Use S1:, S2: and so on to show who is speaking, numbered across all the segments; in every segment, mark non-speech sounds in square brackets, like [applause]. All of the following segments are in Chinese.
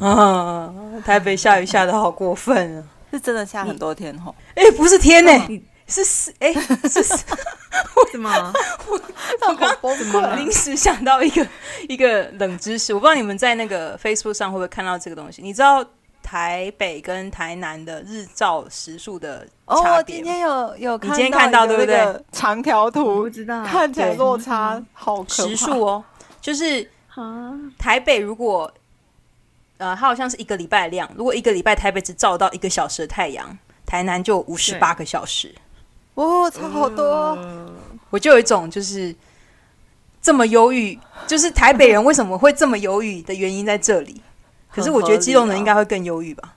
S1: 啊，台北下雨下的好过分啊！
S2: 是真的下很多天吼，
S1: [laughs] 哎、不是天呢、是是哎、是 [laughs] 是，
S3: 什么？
S1: 我
S2: [laughs]
S1: 刚
S2: 崩溃
S1: 临时想到一个一个冷知识，我不知道你们在那个 Facebook 上会不会看到这个东西。你知道台北跟台南的日照时数的差
S2: 哦，
S1: 别
S2: 今
S1: 吗？
S2: 天有有看
S1: 你今天看到
S2: 一个
S1: 对不对
S2: 那个长条
S3: 我
S2: 图
S3: 不，知道。嗯
S2: 看起来
S1: 对
S2: 落差好可怕。
S1: 时数哦，就是
S3: 啊，
S1: 台北如果呃，它好像是一个礼拜的量，如果一个礼拜台北只照到一个小时的太阳，台南就五十八个小时。
S2: 哦，差好多。
S1: 我就有一种就是这么忧郁，就是台北人为什么会这么忧郁的原因在这里。可是我觉得基隆人应
S3: 啊
S1: 该会更忧郁吧。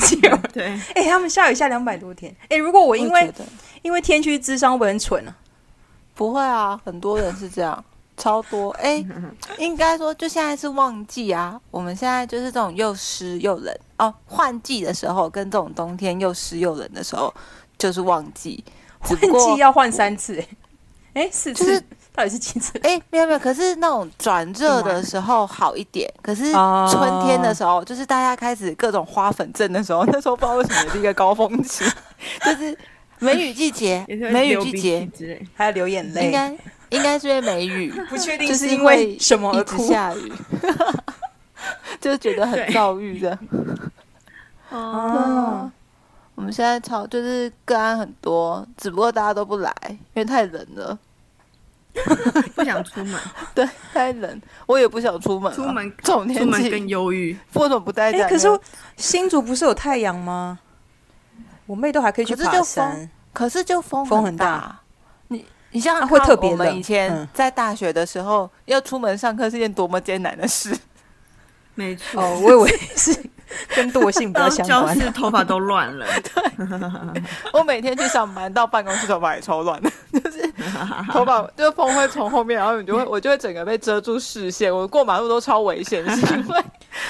S1: 基
S2: 啊
S1: [laughs] 隆人，
S3: 对，
S1: 哎、他们下雨下两百多天。哎、如果我因
S2: 我也
S1: 为
S2: 觉得
S1: 因为天气智商，我很蠢啊。
S2: 不会啊，很多人是这样，超
S1: [laughs]
S2: 多。哎、应该说就现在是旺季啊，我们现在就是这种又湿又冷哦，换季的时候跟这种冬天又湿又冷的时候就是旺季，只
S1: 换
S2: 不过
S1: 季要换三次、欸，哎、四次，
S2: 就是
S1: 到底是几次？
S2: 哎、没有没有，可是那种转热的时候好一点，可是春天的时候，就是大家开始各种花粉症的时候，那时候不知道为什么也是一个高峰期， [laughs] 就是梅雨季节
S3: 也是，
S2: 梅雨
S3: 流
S2: 季
S3: 鼻
S2: 节
S3: 涕之类。
S1: 还要流眼
S2: 应
S1: 泪，
S2: 该应该是因为梅雨，
S1: 不确定
S2: 就是
S1: 因
S2: 为
S1: 什么而
S2: 一直
S1: 哭。
S2: 下雨， [laughs] 就觉得很躁郁的。
S3: 啊
S1: 哦，
S2: 我们现在超就是个案很多，只不过大家都不来，因为太冷了。
S3: 不想出 [laughs] 门，
S2: 对，太冷，我也不想出门啊、
S3: 出门
S2: 这种
S3: 出
S2: 天
S3: 门
S2: 气，
S3: 更忧郁。
S2: 为什么不待
S1: 哎、
S2: 在那？
S1: 可是新竹不是有太阳吗？我妹都还可以去
S2: 可是
S1: 爬
S2: 就
S1: 山。
S2: 可是就风
S1: 风很
S2: 很
S1: 大
S2: 你你像
S1: 啊会特别
S2: 我们
S1: 冷
S2: 以
S1: 嗯
S2: 前在大学的时候，要出门上课是件多么艰难的事。 [laughs]
S3: 没 [laughs] 错，
S1: 哦，我以为是跟惰性比较
S3: 到
S1: 相
S3: 教
S1: 关。
S3: 室头发都乱
S1: [laughs]
S3: 了。
S2: 我每天去上班到办公室头发也超乱的，
S1: [laughs]
S2: [laughs] 就是头发就是风会从后面，然后你就会我就会整个被遮住视线，我过马路都超危险，是因
S1: [laughs]
S2: 为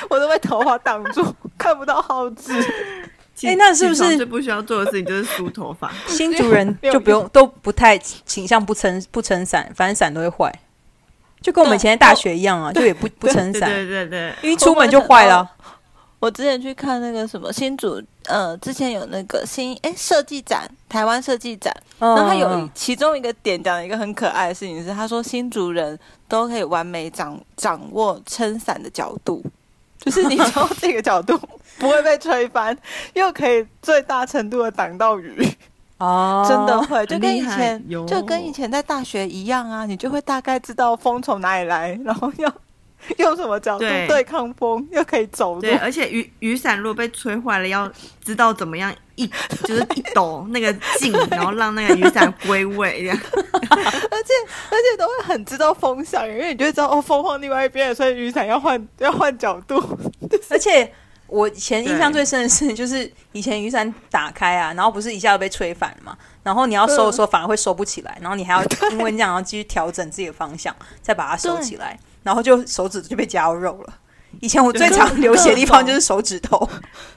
S2: 我都被头发挡住，看不到号志。
S3: 起
S1: 哎那是不是
S3: 起床最不需要做的事情就是梳头
S1: [laughs]
S3: 发？
S1: 新竹人
S2: 没有
S1: 就不用都不太倾向不撑不撑伞，反正伞都会坏，就跟我们以前在大学一样啊，就也不不撑
S3: 对
S1: 伞，
S3: 对对对，
S1: 因为出门就坏了。
S2: 呃我之前去看那个什么新竹，呃，之前有那个新哎设计展，台湾设计展，
S1: 嗯，
S2: 哦然后他有
S1: 嗯
S2: 其中一个点讲了一个很可爱的事情是，他说新竹人都可以完美掌掌握撑伞的角度，就是你从这个角度 [laughs] 不会被吹翻，又可以最大程度的挡到雨，
S1: 哦，
S2: 真的会就跟以
S3: 厉害
S2: 前
S3: 哟
S2: 就跟以前在大学一样啊，你就会大概知道风从哪里来，然后要 [laughs] 用什么角度
S3: 对
S2: 对抗风，又可以走路
S3: 对，。而且雨雨伞如果被吹坏了，要知道怎么样一 [laughs] 就是一抖那个劲，然后让那个雨伞归位，
S1: [laughs]
S3: 这样
S2: 而且而且都会很知道风向，因为你就会知道哦，风往另外一边，所以雨伞要换要换角度。
S1: [laughs] 而且我以前印象最深的是， [laughs] 就是以前雨伞打开啊，然后不是一下就被吹反了嘛，然后你要收的时候反而会收不起来，然后你还要因为这样，然后继续调整自己的方向，再把它收起来，然后就手指就被夹到肉了。以前我最
S2: 对
S1: 常流血的地
S2: 各
S1: 方
S2: 种
S1: 就是手指头，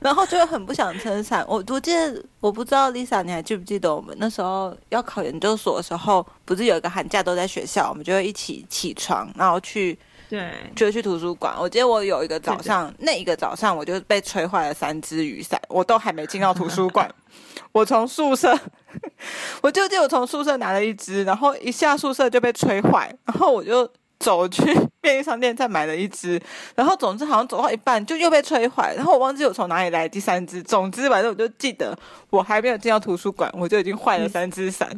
S2: 然后就会很不想撑伞。我我记得，我不知道 Lisa，你还记不记得我们那时候要考研究所的时候，不是有一个寒假都在学校，我们就会一起起床，然后去
S3: 对。
S2: 就去图书馆。我记得我有一个早上，那一个早上我就被吹坏了三只雨伞，我都还没进到图书
S3: [laughs]
S2: 馆。我从宿舍， [laughs] 我就记得我从宿舍拿了一只，然后一下宿舍就被吹坏，然后我就走去便利商店再买了一只，然后总之好像走到一半就又被吹坏，然后我忘记我从哪里来第三只。总之反正我就记得我还没有进到图书馆，我就已经坏了三只伞，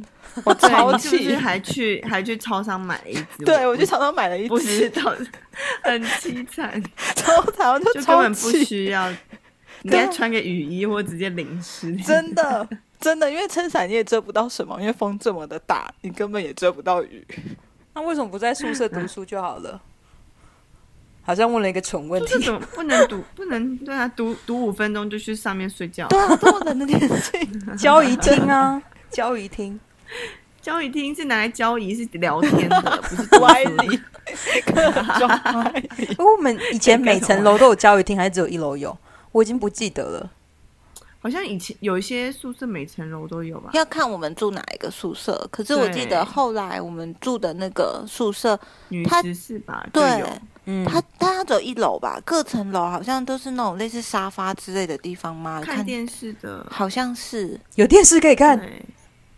S2: 我
S3: 对
S2: 超
S3: 你是不
S2: 气
S3: 是。还去还去超商买了一只？
S2: 对，我就常常买了一
S3: 不知
S2: 只，
S3: 道， [laughs] 很凄惨，
S2: 然后常常就
S3: [laughs] 就根
S2: 超
S3: 本不
S2: 气
S3: 需
S1: [laughs]
S3: 要。你
S2: 对
S1: 啊
S3: 该穿个雨衣或直接淋湿。
S2: 真的，真的，因为撑伞你也遮不到什么，因为风这么的大，你根本也遮不到雨。
S1: [laughs] 那为什么不在宿舍读书就好了？好像问了一个蠢问
S3: 这
S1: 题。
S3: 怎么不能读？ [laughs] 不能对啊，读读五分钟就去上面睡觉。
S2: 对啊，这么冷的天气，
S1: 交谊厅啊，交谊厅，
S3: 交易厅是拿来交易，是聊天的，不是读
S2: [laughs]
S3: 书
S2: 歪理，各种歪理。
S1: 哎因为我们以前每层楼都有交谊厅，还是只有一楼有？我已经不记得了。
S3: 好像以前有一些宿舍每层楼都有吧？
S2: 要看我们住哪一个宿舍。可是我记
S3: 对
S2: 得后来我们住的那个宿舍，
S3: 女
S2: 它
S3: 十四吧，就
S2: 对
S3: 有，
S1: 嗯，
S2: 它它只有一楼吧，各层楼好像都是那种类似沙发之类的地方吗？
S3: 看电视的，
S2: 好像是
S1: 有电视可以看，
S3: 对，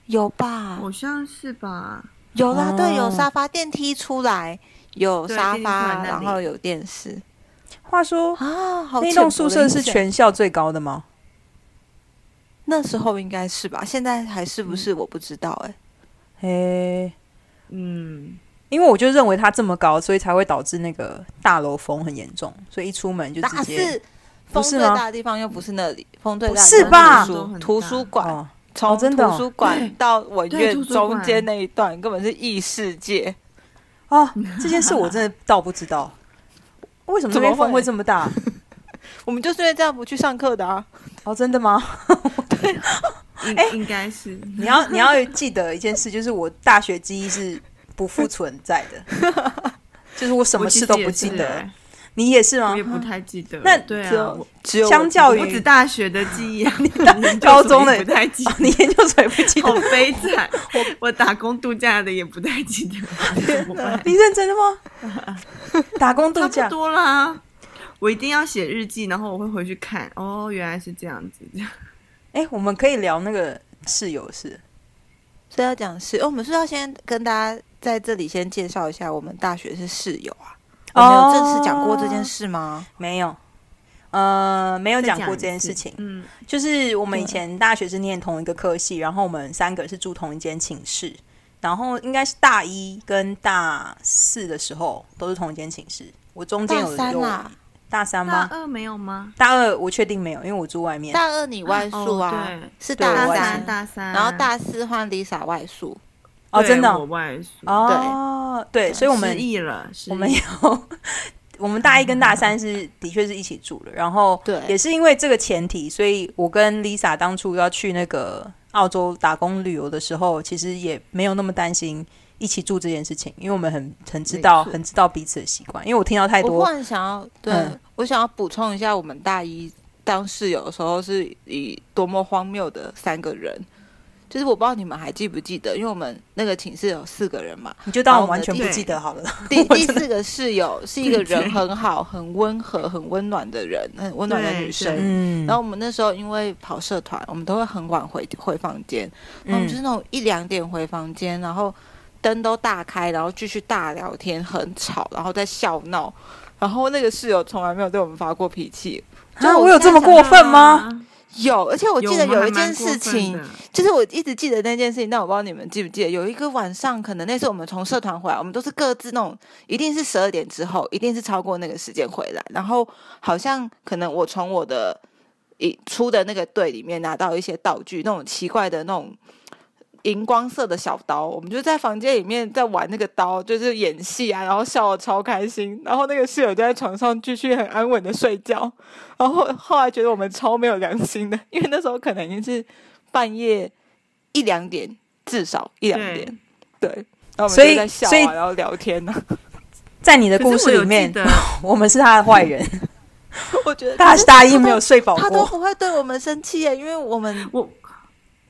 S2: 有吧？
S3: 好像是吧？
S2: 有啦，
S1: 哦
S2: 对，有沙发，电梯出来有
S3: 对
S2: 沙
S3: 电梯出来那
S2: 发，
S3: 里
S2: 然后有电视
S1: 话说
S2: 啊。好
S1: 那
S2: 浅
S1: 栋
S2: 薄
S1: 宿
S2: 的
S1: 舍
S2: 印
S1: 是
S2: 象
S1: 全校最高的吗？
S2: 那时候应该是吧？现在还是不是我不知道哎、
S1: 诶，
S3: 嗯，
S1: 因为我就认为它这么高，所以才会导致那个大楼风很严重，所以一出门就
S2: 哪
S1: 直接
S2: 啊
S1: 哦
S2: 是风
S1: 不是
S2: 最
S1: 吗
S2: 大的地方又不是那里，风最大的
S1: 不是
S2: 地方
S1: 吧
S2: 图
S3: 都
S2: 书
S3: 很大
S2: 图书馆，
S1: 哦，
S2: 从
S1: 真的哦
S2: 图书 [clears throat] 馆到文
S3: 对
S2: 院
S3: 图书
S2: 中
S3: 馆
S2: 间那一段根本是异世界。
S1: 哦，这件事我真的倒不知道，为什么这边
S2: 怎么会
S1: 风会这么大？
S2: 我们就是因为这样不去上课的啊！
S1: 哦，真的吗？
S3: 应、
S1: 哎
S3: 应该是
S1: 你要你要记得一件事，就是我大学记忆是不复存在的，就是我什么事都不记
S3: 我其实也是
S1: 得
S3: 欸。
S1: 你也是吗
S3: 我也？不太记得。
S1: 那
S3: 对
S2: 只
S3: 啊，
S2: 有
S3: 我
S2: 只有我
S1: 相较于
S3: 我只大学的记忆
S1: [laughs]
S3: 啊， [laughs]
S1: 高中的
S3: 也不太记
S1: 哦
S3: 得，
S1: [laughs] 你研究所也不记 [laughs]
S3: [laughs] 好
S1: 得？
S3: 悲惨。我我打工度假的也不太记得，怎么办
S1: 你认真的吗？打工度
S3: 差
S1: 假
S3: 不多啦。我一定要写日记，然后我会回去看。哦，原来是这样子。
S1: 哎、我们可以聊那个室友是
S2: 所以要讲室友，我们是不是要先跟大家在这里先介绍一下我们大学是室友啊？我们有正式讲过这件事吗？
S1: 没有？呃，没有
S3: 再
S1: 讲过
S3: 一
S1: 这件事
S3: 次
S1: 情，
S3: 嗯，
S1: 就是我们以前大学是念同一个科系，然后我们三个是住同一间寝室，然后应该是大一跟大四的时候都是同一间寝室。我中间
S2: 大
S1: 有
S2: 三啊
S1: 有
S2: 啦，
S1: 大三
S3: 大
S1: 吗？
S3: 二没有吗？
S1: 大二我确定没有，因为我住外面。
S2: 大二你外宿
S3: 哦
S2: 啊，
S3: 对
S2: 是
S1: 对
S2: 大
S1: 我外
S2: 三啊
S1: 宿
S3: 三，大三，
S2: 然后大四换 Lisa 外宿，
S1: 哦，
S3: 对
S1: 真的
S3: 我
S1: 哦
S3: 外宿，
S1: 哦，对，所以我们
S3: 失忆了，失忆
S1: 我们有，我们大一跟大三是的确是一起住的，然后
S2: 对
S1: 也是因为这个前提，所以我跟 Lisa 当初要去那个澳洲打工旅游的时候，其实也没有那么担心一起住这件事情，因为我们很很知道
S2: 没错
S1: 很知道彼此的习惯，因为我听到太
S2: 我忽
S1: 多
S2: 然想要，对、
S1: 嗯
S2: 我想要补充一下，我们大一当室友的时候是以多么荒谬的三个人，就是我不知道你们还记不记得，因为我们那个寝室有四个
S1: [laughs]
S2: 人嘛，
S1: 你就当我
S2: 然后
S1: 完
S2: 我
S1: 全
S2: 们
S1: 不
S3: 的
S1: 记得好了。 [laughs]
S2: 第第四个室友是一个人很好、很温和、很温暖的人，很温暖的
S3: 对
S2: 女生
S3: 对。
S1: 嗯
S2: 然后我们那时候因为跑社团，我们都会很晚回回房间，
S1: 嗯
S2: 然后我们就是那种一两点回房间，然后灯都大开，然后继续大聊天，很吵，然后在笑闹。然后那个室友从来没有对我们发过脾气，就
S1: 啊，
S2: 我
S1: 我有
S2: 现在
S1: 这么
S2: 想
S1: 过分吗？？
S2: 有，而且我
S3: 我
S2: 记得
S3: 们
S2: 有一
S3: 还蛮
S2: 件
S3: 过
S2: 事
S3: 分
S2: 情
S3: 的，
S2: 就是我一直记得那件事情，但我不知道你们记不记得，有一个晚上，可能那次我们从社团回来，我们都是各自那种，一定是十二点之后，一定是超过那个时间回来。然后好像可能我从我的一出的那个队里面拿到一些道具，那种奇怪的那种荧光色的小刀，我们就在房间里面在玩那个刀，就是演戏啊，然后笑的超开心。然后那个室友就在床上继续很安稳的睡觉，然后后来觉得我们超没有良心的， [laughs] 因为那时候可能已经是半夜一两点，至少一两点，对。然后我们
S1: 所以
S2: 就在笑
S1: 所以
S2: 啊，然后聊天呢、
S1: 在你的
S3: 可
S1: 故
S3: 是我
S1: 事
S3: 有
S1: 里
S3: 记
S1: 面，
S3: 得，
S1: 我们是他的坏人，
S2: [laughs] 我觉得
S1: 大大一没有睡饱
S2: 嗯他都
S1: 过。
S2: 不会对我们生气耶，因为我们
S3: 我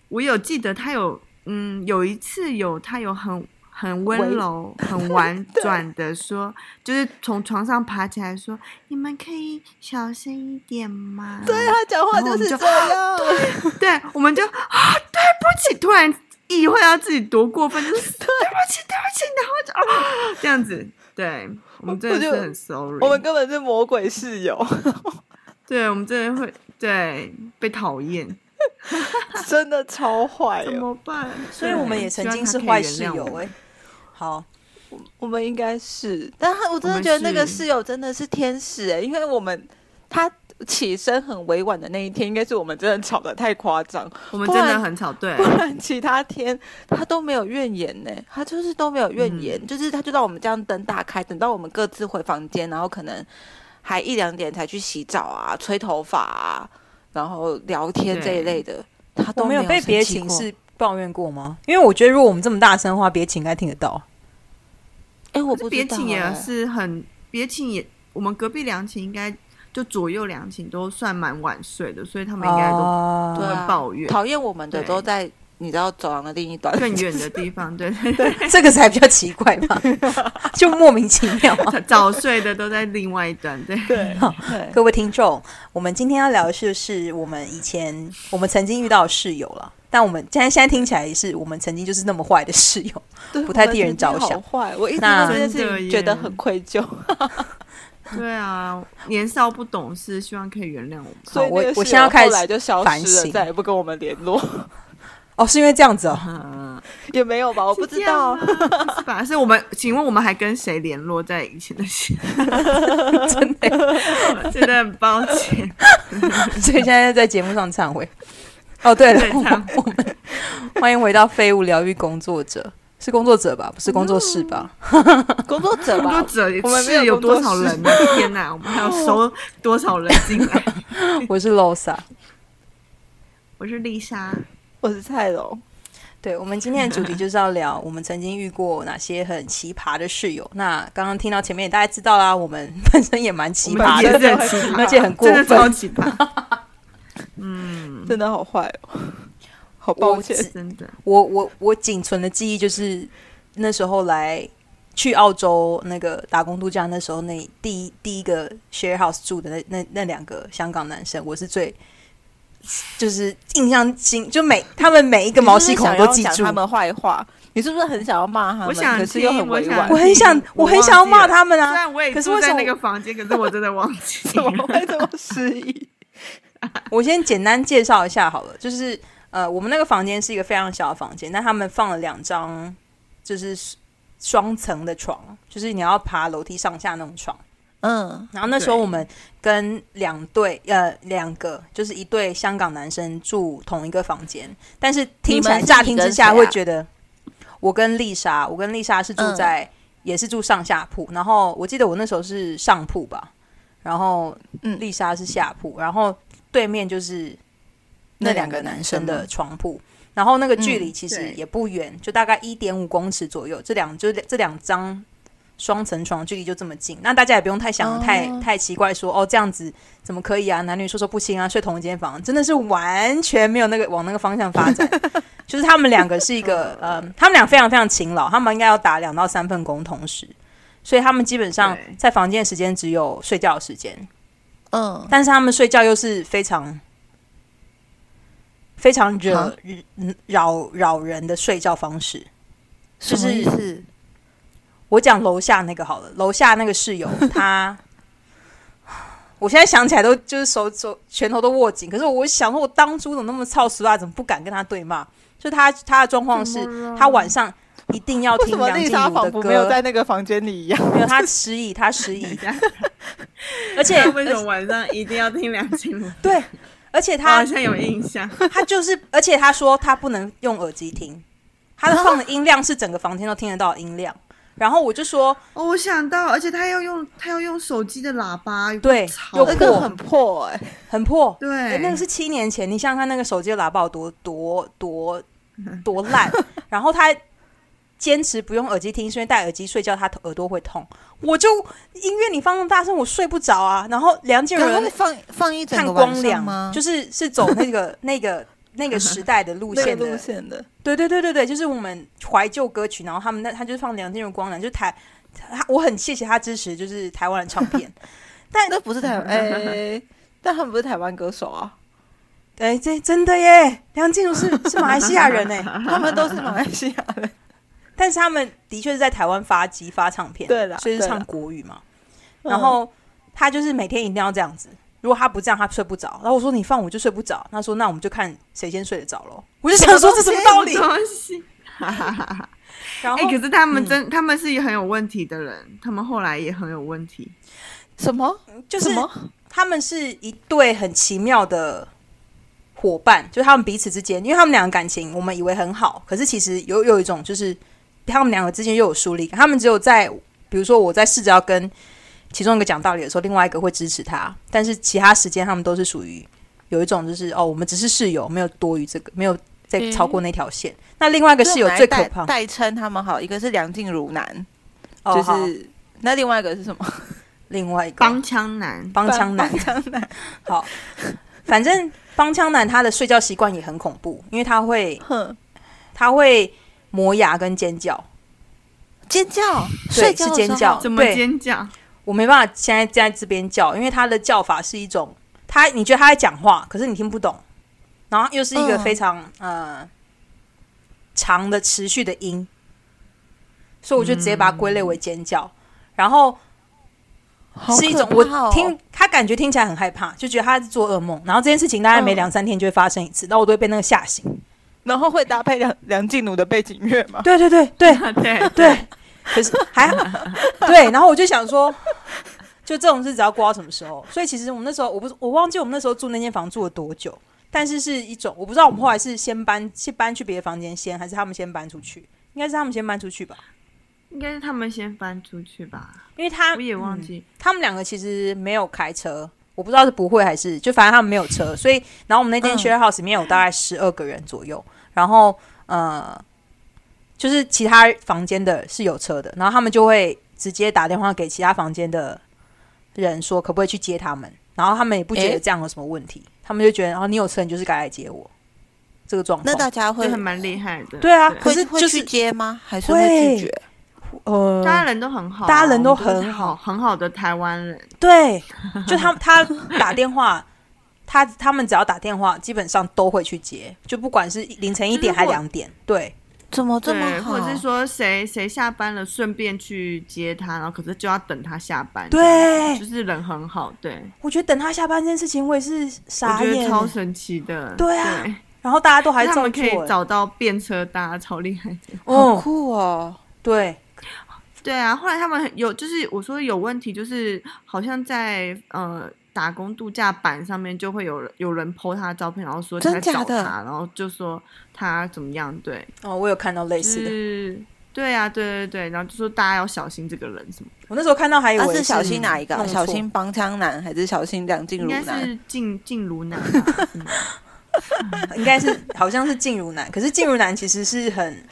S3: 我有记得他有，嗯，有一次有他有很很温
S2: 微
S1: [laughs]
S3: 柔、很婉转的说，就是从床上爬起来说：“你们可以小声一点吗？”
S2: [laughs] 对
S1: 啊
S2: 他讲话
S3: 然后
S2: 就
S3: 我们
S2: 是
S3: 就
S2: 这样。
S3: 对，我们就啊，对不起，突然意会到自己多过分，就是对不起，对不起，然后就啊这样子，对我们真的
S2: 我就是
S3: 很 sorry，
S2: 我们根本是魔鬼室 [laughs] 友，
S3: 对我们真的会对被讨厌，
S2: 真的超坏
S3: 怎
S2: 哦。
S3: 么办？
S1: 哎所以我们也
S3: 希
S1: 曾
S3: 望
S1: 经
S3: 他
S1: 是
S3: 可以
S1: 坏
S3: 原
S1: 室
S3: 谅
S1: 友
S3: 我
S1: 哎、好，
S2: 我们应该是，但他我真的
S3: 我们
S2: 觉得那个
S3: 是
S2: 室友真的是天使哎、因为我们他起身很委婉的那一天，应该是我们真的吵得太夸张，
S3: 我们
S2: 不
S3: 真的
S2: 然
S3: 很吵，对
S2: [laughs] 不，
S1: 哎
S2: 然其他天他都没有怨言呢、他就是都没有怨言，
S1: 嗯
S2: 就是他就让我们这样灯打开，等到我们各自回房间，然后可能还一两点才去洗澡啊、吹头发啊，然后聊天这一
S3: 对
S2: 类的，他
S1: 我
S2: 都
S1: 们有
S2: 有
S1: 被
S2: 生
S1: 别的
S2: 气
S1: 寝
S2: 过
S1: 室抱怨过吗？因为我觉得如果我们这么大声的话，别的寝应该听得到。
S2: 哎、我不知
S3: 别
S2: 道
S3: 寝也
S2: 哎
S3: 是很，别寝也，我们隔壁两寝应该就就左右两寝都算蛮晚睡的，所以他们应该都
S1: 哦
S3: 都会抱怨
S2: 讨厌我们的
S3: 对
S2: 都在你知道走廊的另一端，
S3: 更远的地方，对 [laughs] 对对，
S1: [laughs] 这个才比较奇怪吧， [laughs] 就莫名其妙啊。
S3: 早睡的都在另外一端，对对，
S2: 对
S1: 各位听众，我们今天要聊的是我们以前我们曾经遇到的室友了，但我们现在现在听起来是我们曾经就是那么坏的室友。 [laughs]
S2: 对
S1: 不太替人着想
S2: 我们真的好坏，我一直
S1: 那
S2: 对这件
S3: 真
S2: 事
S3: 的
S2: 情
S3: 耶
S2: 觉得很愧疚，
S3: 对啊，年少不懂事，希望可以原谅我们。
S2: 所以
S1: 我
S2: 那个
S1: 我
S2: 室
S1: 现在
S2: 友
S1: 要开始
S2: 后来就消
S1: 反
S2: 失
S1: 省
S2: 了，再也不跟我们联络，
S1: 哦，是因为这样子哦，
S3: 嗯，
S2: 也没有吧，我不知道，啊
S3: 是吧？是我们，请问我们还跟谁联络在以前的事？
S1: [laughs] 真的，
S3: [laughs] 真的很抱歉，
S1: 所以现在在节目上忏悔。 [laughs] 哦，对了
S3: 对，
S1: 我
S3: 忏
S1: 我们欢迎回到废物疗愈工作者，是工作者吧？不是工作室吧？
S2: 工作者
S3: 工作
S2: 吧，
S3: 者
S2: 我们没有
S3: 是有
S2: 工作
S3: 多少
S2: 室
S3: 人呢？天哪，我们还要收多少人进
S2: [laughs]
S3: 来？嗯
S1: 我是 Losa。
S3: 我是丽莎，
S2: 我是蔡龙，
S1: 对，我们今天的主题就是要聊我们曾经遇过哪些很奇葩的室友。那刚刚听到前面也大家知道啦，我们 [laughs] 本身也蛮奇
S3: 我们
S1: 葩
S3: 也
S1: 的，
S3: 是很奇葩，
S1: 而且很过
S3: 真的超
S1: 分。
S3: 奇葩，
S2: 真的好坏哦， [laughs] 好抱
S1: 我
S2: 歉，
S1: [laughs] 只
S3: 真的。
S1: 我我我仅存的记忆就是那时候来去澳洲那个打工度假，那时候那第一第一个 share house 住的那那那两个香港男生，我是最就是印象深，就每他们每一个毛细孔都记
S2: 你是不是想要
S1: 住
S2: 讲他。们坏话，你是不是很想要骂他们？
S3: 我想
S2: 可是又很
S3: 听我
S2: 委
S3: 想
S2: 婉
S1: 我，很想，我很想要骂他们
S3: 虽
S1: 啊！
S3: 然我也
S1: 可是
S3: 住
S1: 为什
S3: 在
S1: 么
S3: 那个房间，可是我真的忘 [laughs] 记
S2: 怎
S3: 了。
S2: 么会这么失忆？
S1: 我先简单介绍一下好了，就是呃，我们那个房间是一个非常小的房间，但他们放了两张就是双层的床，就是你要爬楼梯上下那种床。
S2: [laughs] 嗯，
S1: 然后那时候
S3: 对
S1: 我们跟两对呃两个就是一对香港男生住同一个房间，但是听起
S2: 你们
S1: 来
S2: 是
S1: 乍听之下
S2: 你跟谁啊嗯
S1: 会觉得，我跟丽莎，我跟丽莎是住在、也是住上下铺，然后我记得我那时候是上铺吧，然后
S2: 嗯
S1: 丽莎是下铺，然后对面就是那
S2: 那
S1: 两
S2: 两
S1: 个
S2: 个
S1: 男
S2: 男
S1: 生
S2: 生
S1: 的床铺，然后那个距
S2: 嗯
S1: 离其实
S3: 对
S1: 也不远，就大概一点五公尺左右。这两就这两张双层床距离就这么近，那大家也不用太想、
S2: 哦
S1: 太太奇怪说哦这样子怎么可以啊？男女授受不亲啊，睡同一间房，真的是完全没有那个往那个方向发展。就是他们两个是一个呃，他们俩非常非常勤劳，他们应该要打两到三份工同时，所以他们基本上
S3: 对
S1: 在房间的时间只有睡觉的时间，
S2: 嗯，
S1: 但是他们睡觉又是非常非常惹
S2: 啊
S1: 扰扰人的睡觉方式。
S2: 什么意思？
S1: 我讲楼下那个好了，楼下那个室
S2: [laughs]
S1: 友他，我现在想起来都就是手手拳头都握紧，可是我想说，我当初怎么那么操实啊，怎么不敢跟他对骂？就他他的状况是，他晚上一定要
S2: 为
S1: 听
S2: 什么
S1: 梁
S2: 丽
S1: 静
S2: 莎
S1: 茹的
S2: 仿佛
S1: 歌，
S2: 没有在那个房间里一样？
S1: 没有
S2: [laughs]
S1: 他失忆，他失忆，
S3: 啊 [laughs]
S1: 而且
S3: 那为什么晚上一定要听梁静 [laughs] 茹？
S1: 对，而且
S3: 我
S1: 他
S2: 啊
S3: 好像有印象。
S1: 他就是，而且他说他不能用耳机听，他的放的音量是整个房间都听得到的音量。然后我就说，
S3: [laughs] 哦，我想到，而且他要用他要用手机的喇叭，有
S1: 对
S3: 吵
S1: 又
S2: 那
S1: 破
S2: 个很破哎、
S1: 很破，
S3: 对
S1: 欸那个是七年前，你想想看，那个手机的喇叭有多多多多烂。然后他坚持不用耳机听，是因为戴耳机睡觉他头耳朵会痛。我就音乐你放那么大声，我睡不着啊。然后梁静茹
S2: 可
S1: 的
S2: 是会放放一整
S1: 看
S2: 个
S1: 光
S2: 晚
S1: 良
S2: 上吗？
S1: 就是是走那个那个那个时代的路
S2: 那个
S1: 线
S2: 路
S1: 的
S2: 线的，
S1: 对对对对对，就是我们怀旧歌曲，然后他们那他就是放梁静茹、光良，就台他我很谢谢他支持，就是台湾的唱片。
S2: 那不是 [laughs] 台湾哎、但他们不是台湾歌手啊，
S1: 哎，这真的耶，梁静茹是 [laughs] 是马来西亚人哎，
S2: 他们都是马来西亚人。
S1: 但是他们的确是在台湾发机发唱片，
S2: 对啦
S1: 所以是
S2: 对啦嗯
S1: 唱国语嘛。然后他就是每天一定要这样子，如果他不这样，他睡不着。然后我说你放我就睡不着，他说那我们就看谁先睡得着喽。我就想说这什么道理？
S3: 什么东 [laughs] 西？
S1: 然
S3: 哎、
S1: 后嗯
S3: 可是他们真，他们是很有问题的人，他们后来也很有问题。
S2: 什么？
S1: 就是
S2: 什么？
S1: 他们是一对很奇妙的伙伴，就是他们彼此之间，因为他们两个感情我们以为很好，可是其实有有一种就是他们两个之间又有疏离感。他们只有在比如说我在试着要跟其中一个讲道理的时候，另外一个会支持他，但是其他时间他们都是属于有一种就是哦，我们只是室友，没有多于这个，没有再超过那条线。那另外一个室友最可怕，
S2: 代称他们好，一个是梁静茹男，
S1: 哦
S2: 就
S1: 好
S2: 是那另外一个是什么？
S1: 另外一个
S3: 帮腔男，
S1: 帮腔男， [laughs]
S2: 帮腔男，
S1: 好，反正帮腔男他的睡觉习惯也很恐怖，因为他会
S2: 哼，
S1: 他会磨牙跟尖叫，
S2: 尖叫，
S1: 对
S2: 睡觉
S1: 是
S2: 的
S1: 尖
S2: 时候
S1: 叫
S3: 怎么
S1: 对
S3: 尖叫？
S1: 我没办法现在在这边叫，因为他的叫法是一种他你觉得他在讲话，可是你听不懂，然后又是一个
S2: 嗯
S1: 非常、呃长的持续的音，所以我就直接把它归类为尖叫，然后。
S2: 好
S1: 是一种
S2: 可
S1: 我
S2: 怕哦
S1: 听他感觉听起来很害怕，就觉得他在做噩梦。然后这件事情大概每
S2: 嗯
S1: 两三天就会发生一次，然后我都会被那个吓醒。
S2: 然后会搭配梁梁静茹的背景乐吗？
S1: 对对对对
S3: [laughs] 对，
S1: 对，可是还好
S3: [laughs]
S1: 对。然后我就想说，就这种日子要过到什么时候？所以其实我们那时候，我不是我忘记我们那时候住那间房住了多久，但是是一种我不知道我们后来是先搬先搬去别的房间先，还是他们先搬出去？应该是他们先搬出去吧，
S3: 应该是他们先翻出去吧，
S1: 因为他
S3: 我也忘
S1: 嗯
S3: 记。
S1: 他们两个其实没有开车，我不知道是不会还是就反正他们没有
S2: [laughs]
S1: 车，所以然后我们那间
S2: 嗯
S1: share house 里面有大概十二个人左右，然后呃，就是其他房间的是有车的，然后他们就会直接打电话给其他房间的人说可不可以去接他们，然后他们也不觉得
S2: 诶
S1: 这样有什么问题，他们就觉得哦你有车你就是该来接我，这个状
S2: 那大
S1: 况。
S2: 家会
S3: 这还蛮厉害的。
S1: 嗯对啊可
S2: 会
S1: 是
S2: 会
S1: 就是
S2: 去接吗？还是
S1: 会
S2: 会拒绝？
S1: 呃
S3: 大家人都很好啊，
S1: 大家人都
S3: 我们是
S1: 很好
S3: 好，很好的台湾人。
S1: 对，就他他打电话，他他们只要打电话，基本上都会去接，就不管是凌晨一点还
S3: 就是我
S1: 两
S2: 嗯
S1: 点，对
S2: 怎么这么
S3: 对，
S2: 好？
S3: 或者是说谁谁下班了，顺便去接他，然后可是就要等他下班。
S1: 对
S3: 就，是人很好，对，
S1: 我觉得等他下班这件事情，我也是
S3: 我
S1: 傻
S3: 觉得
S1: 眼，
S3: 超神奇的。
S1: 对啊然后大家都还
S3: 他
S1: 照
S3: 们可以
S1: 做，欸
S3: 找到便车搭，超厉害的。
S2: 好
S1: 嗯，
S2: 酷哦！
S1: 对，
S3: 对啊，后来他们有就是我说有问题，就是好像在呃打工度假版上面就会有人有人 po 他的照片，然后说他
S2: 真
S3: 在
S2: 假
S3: 找
S2: 的
S3: 他，然后就说他怎么样，对，
S1: 哦，我有看到类
S3: 就
S1: 似的，
S2: 嗯
S3: 是对啊，对对对，然后就说大家要小心这个人什么，
S1: 哎我那时候看到还以
S2: 他
S1: 为
S2: 是小心哪一个啊？
S1: 弄错
S2: 小心帮腔男还是小心梁静
S3: 应
S2: 茹
S3: 该
S2: 男？
S3: 是静静如男
S1: [laughs]
S3: 吧，是吗
S1: 应该是好像是静如男，可是静如男其实是很，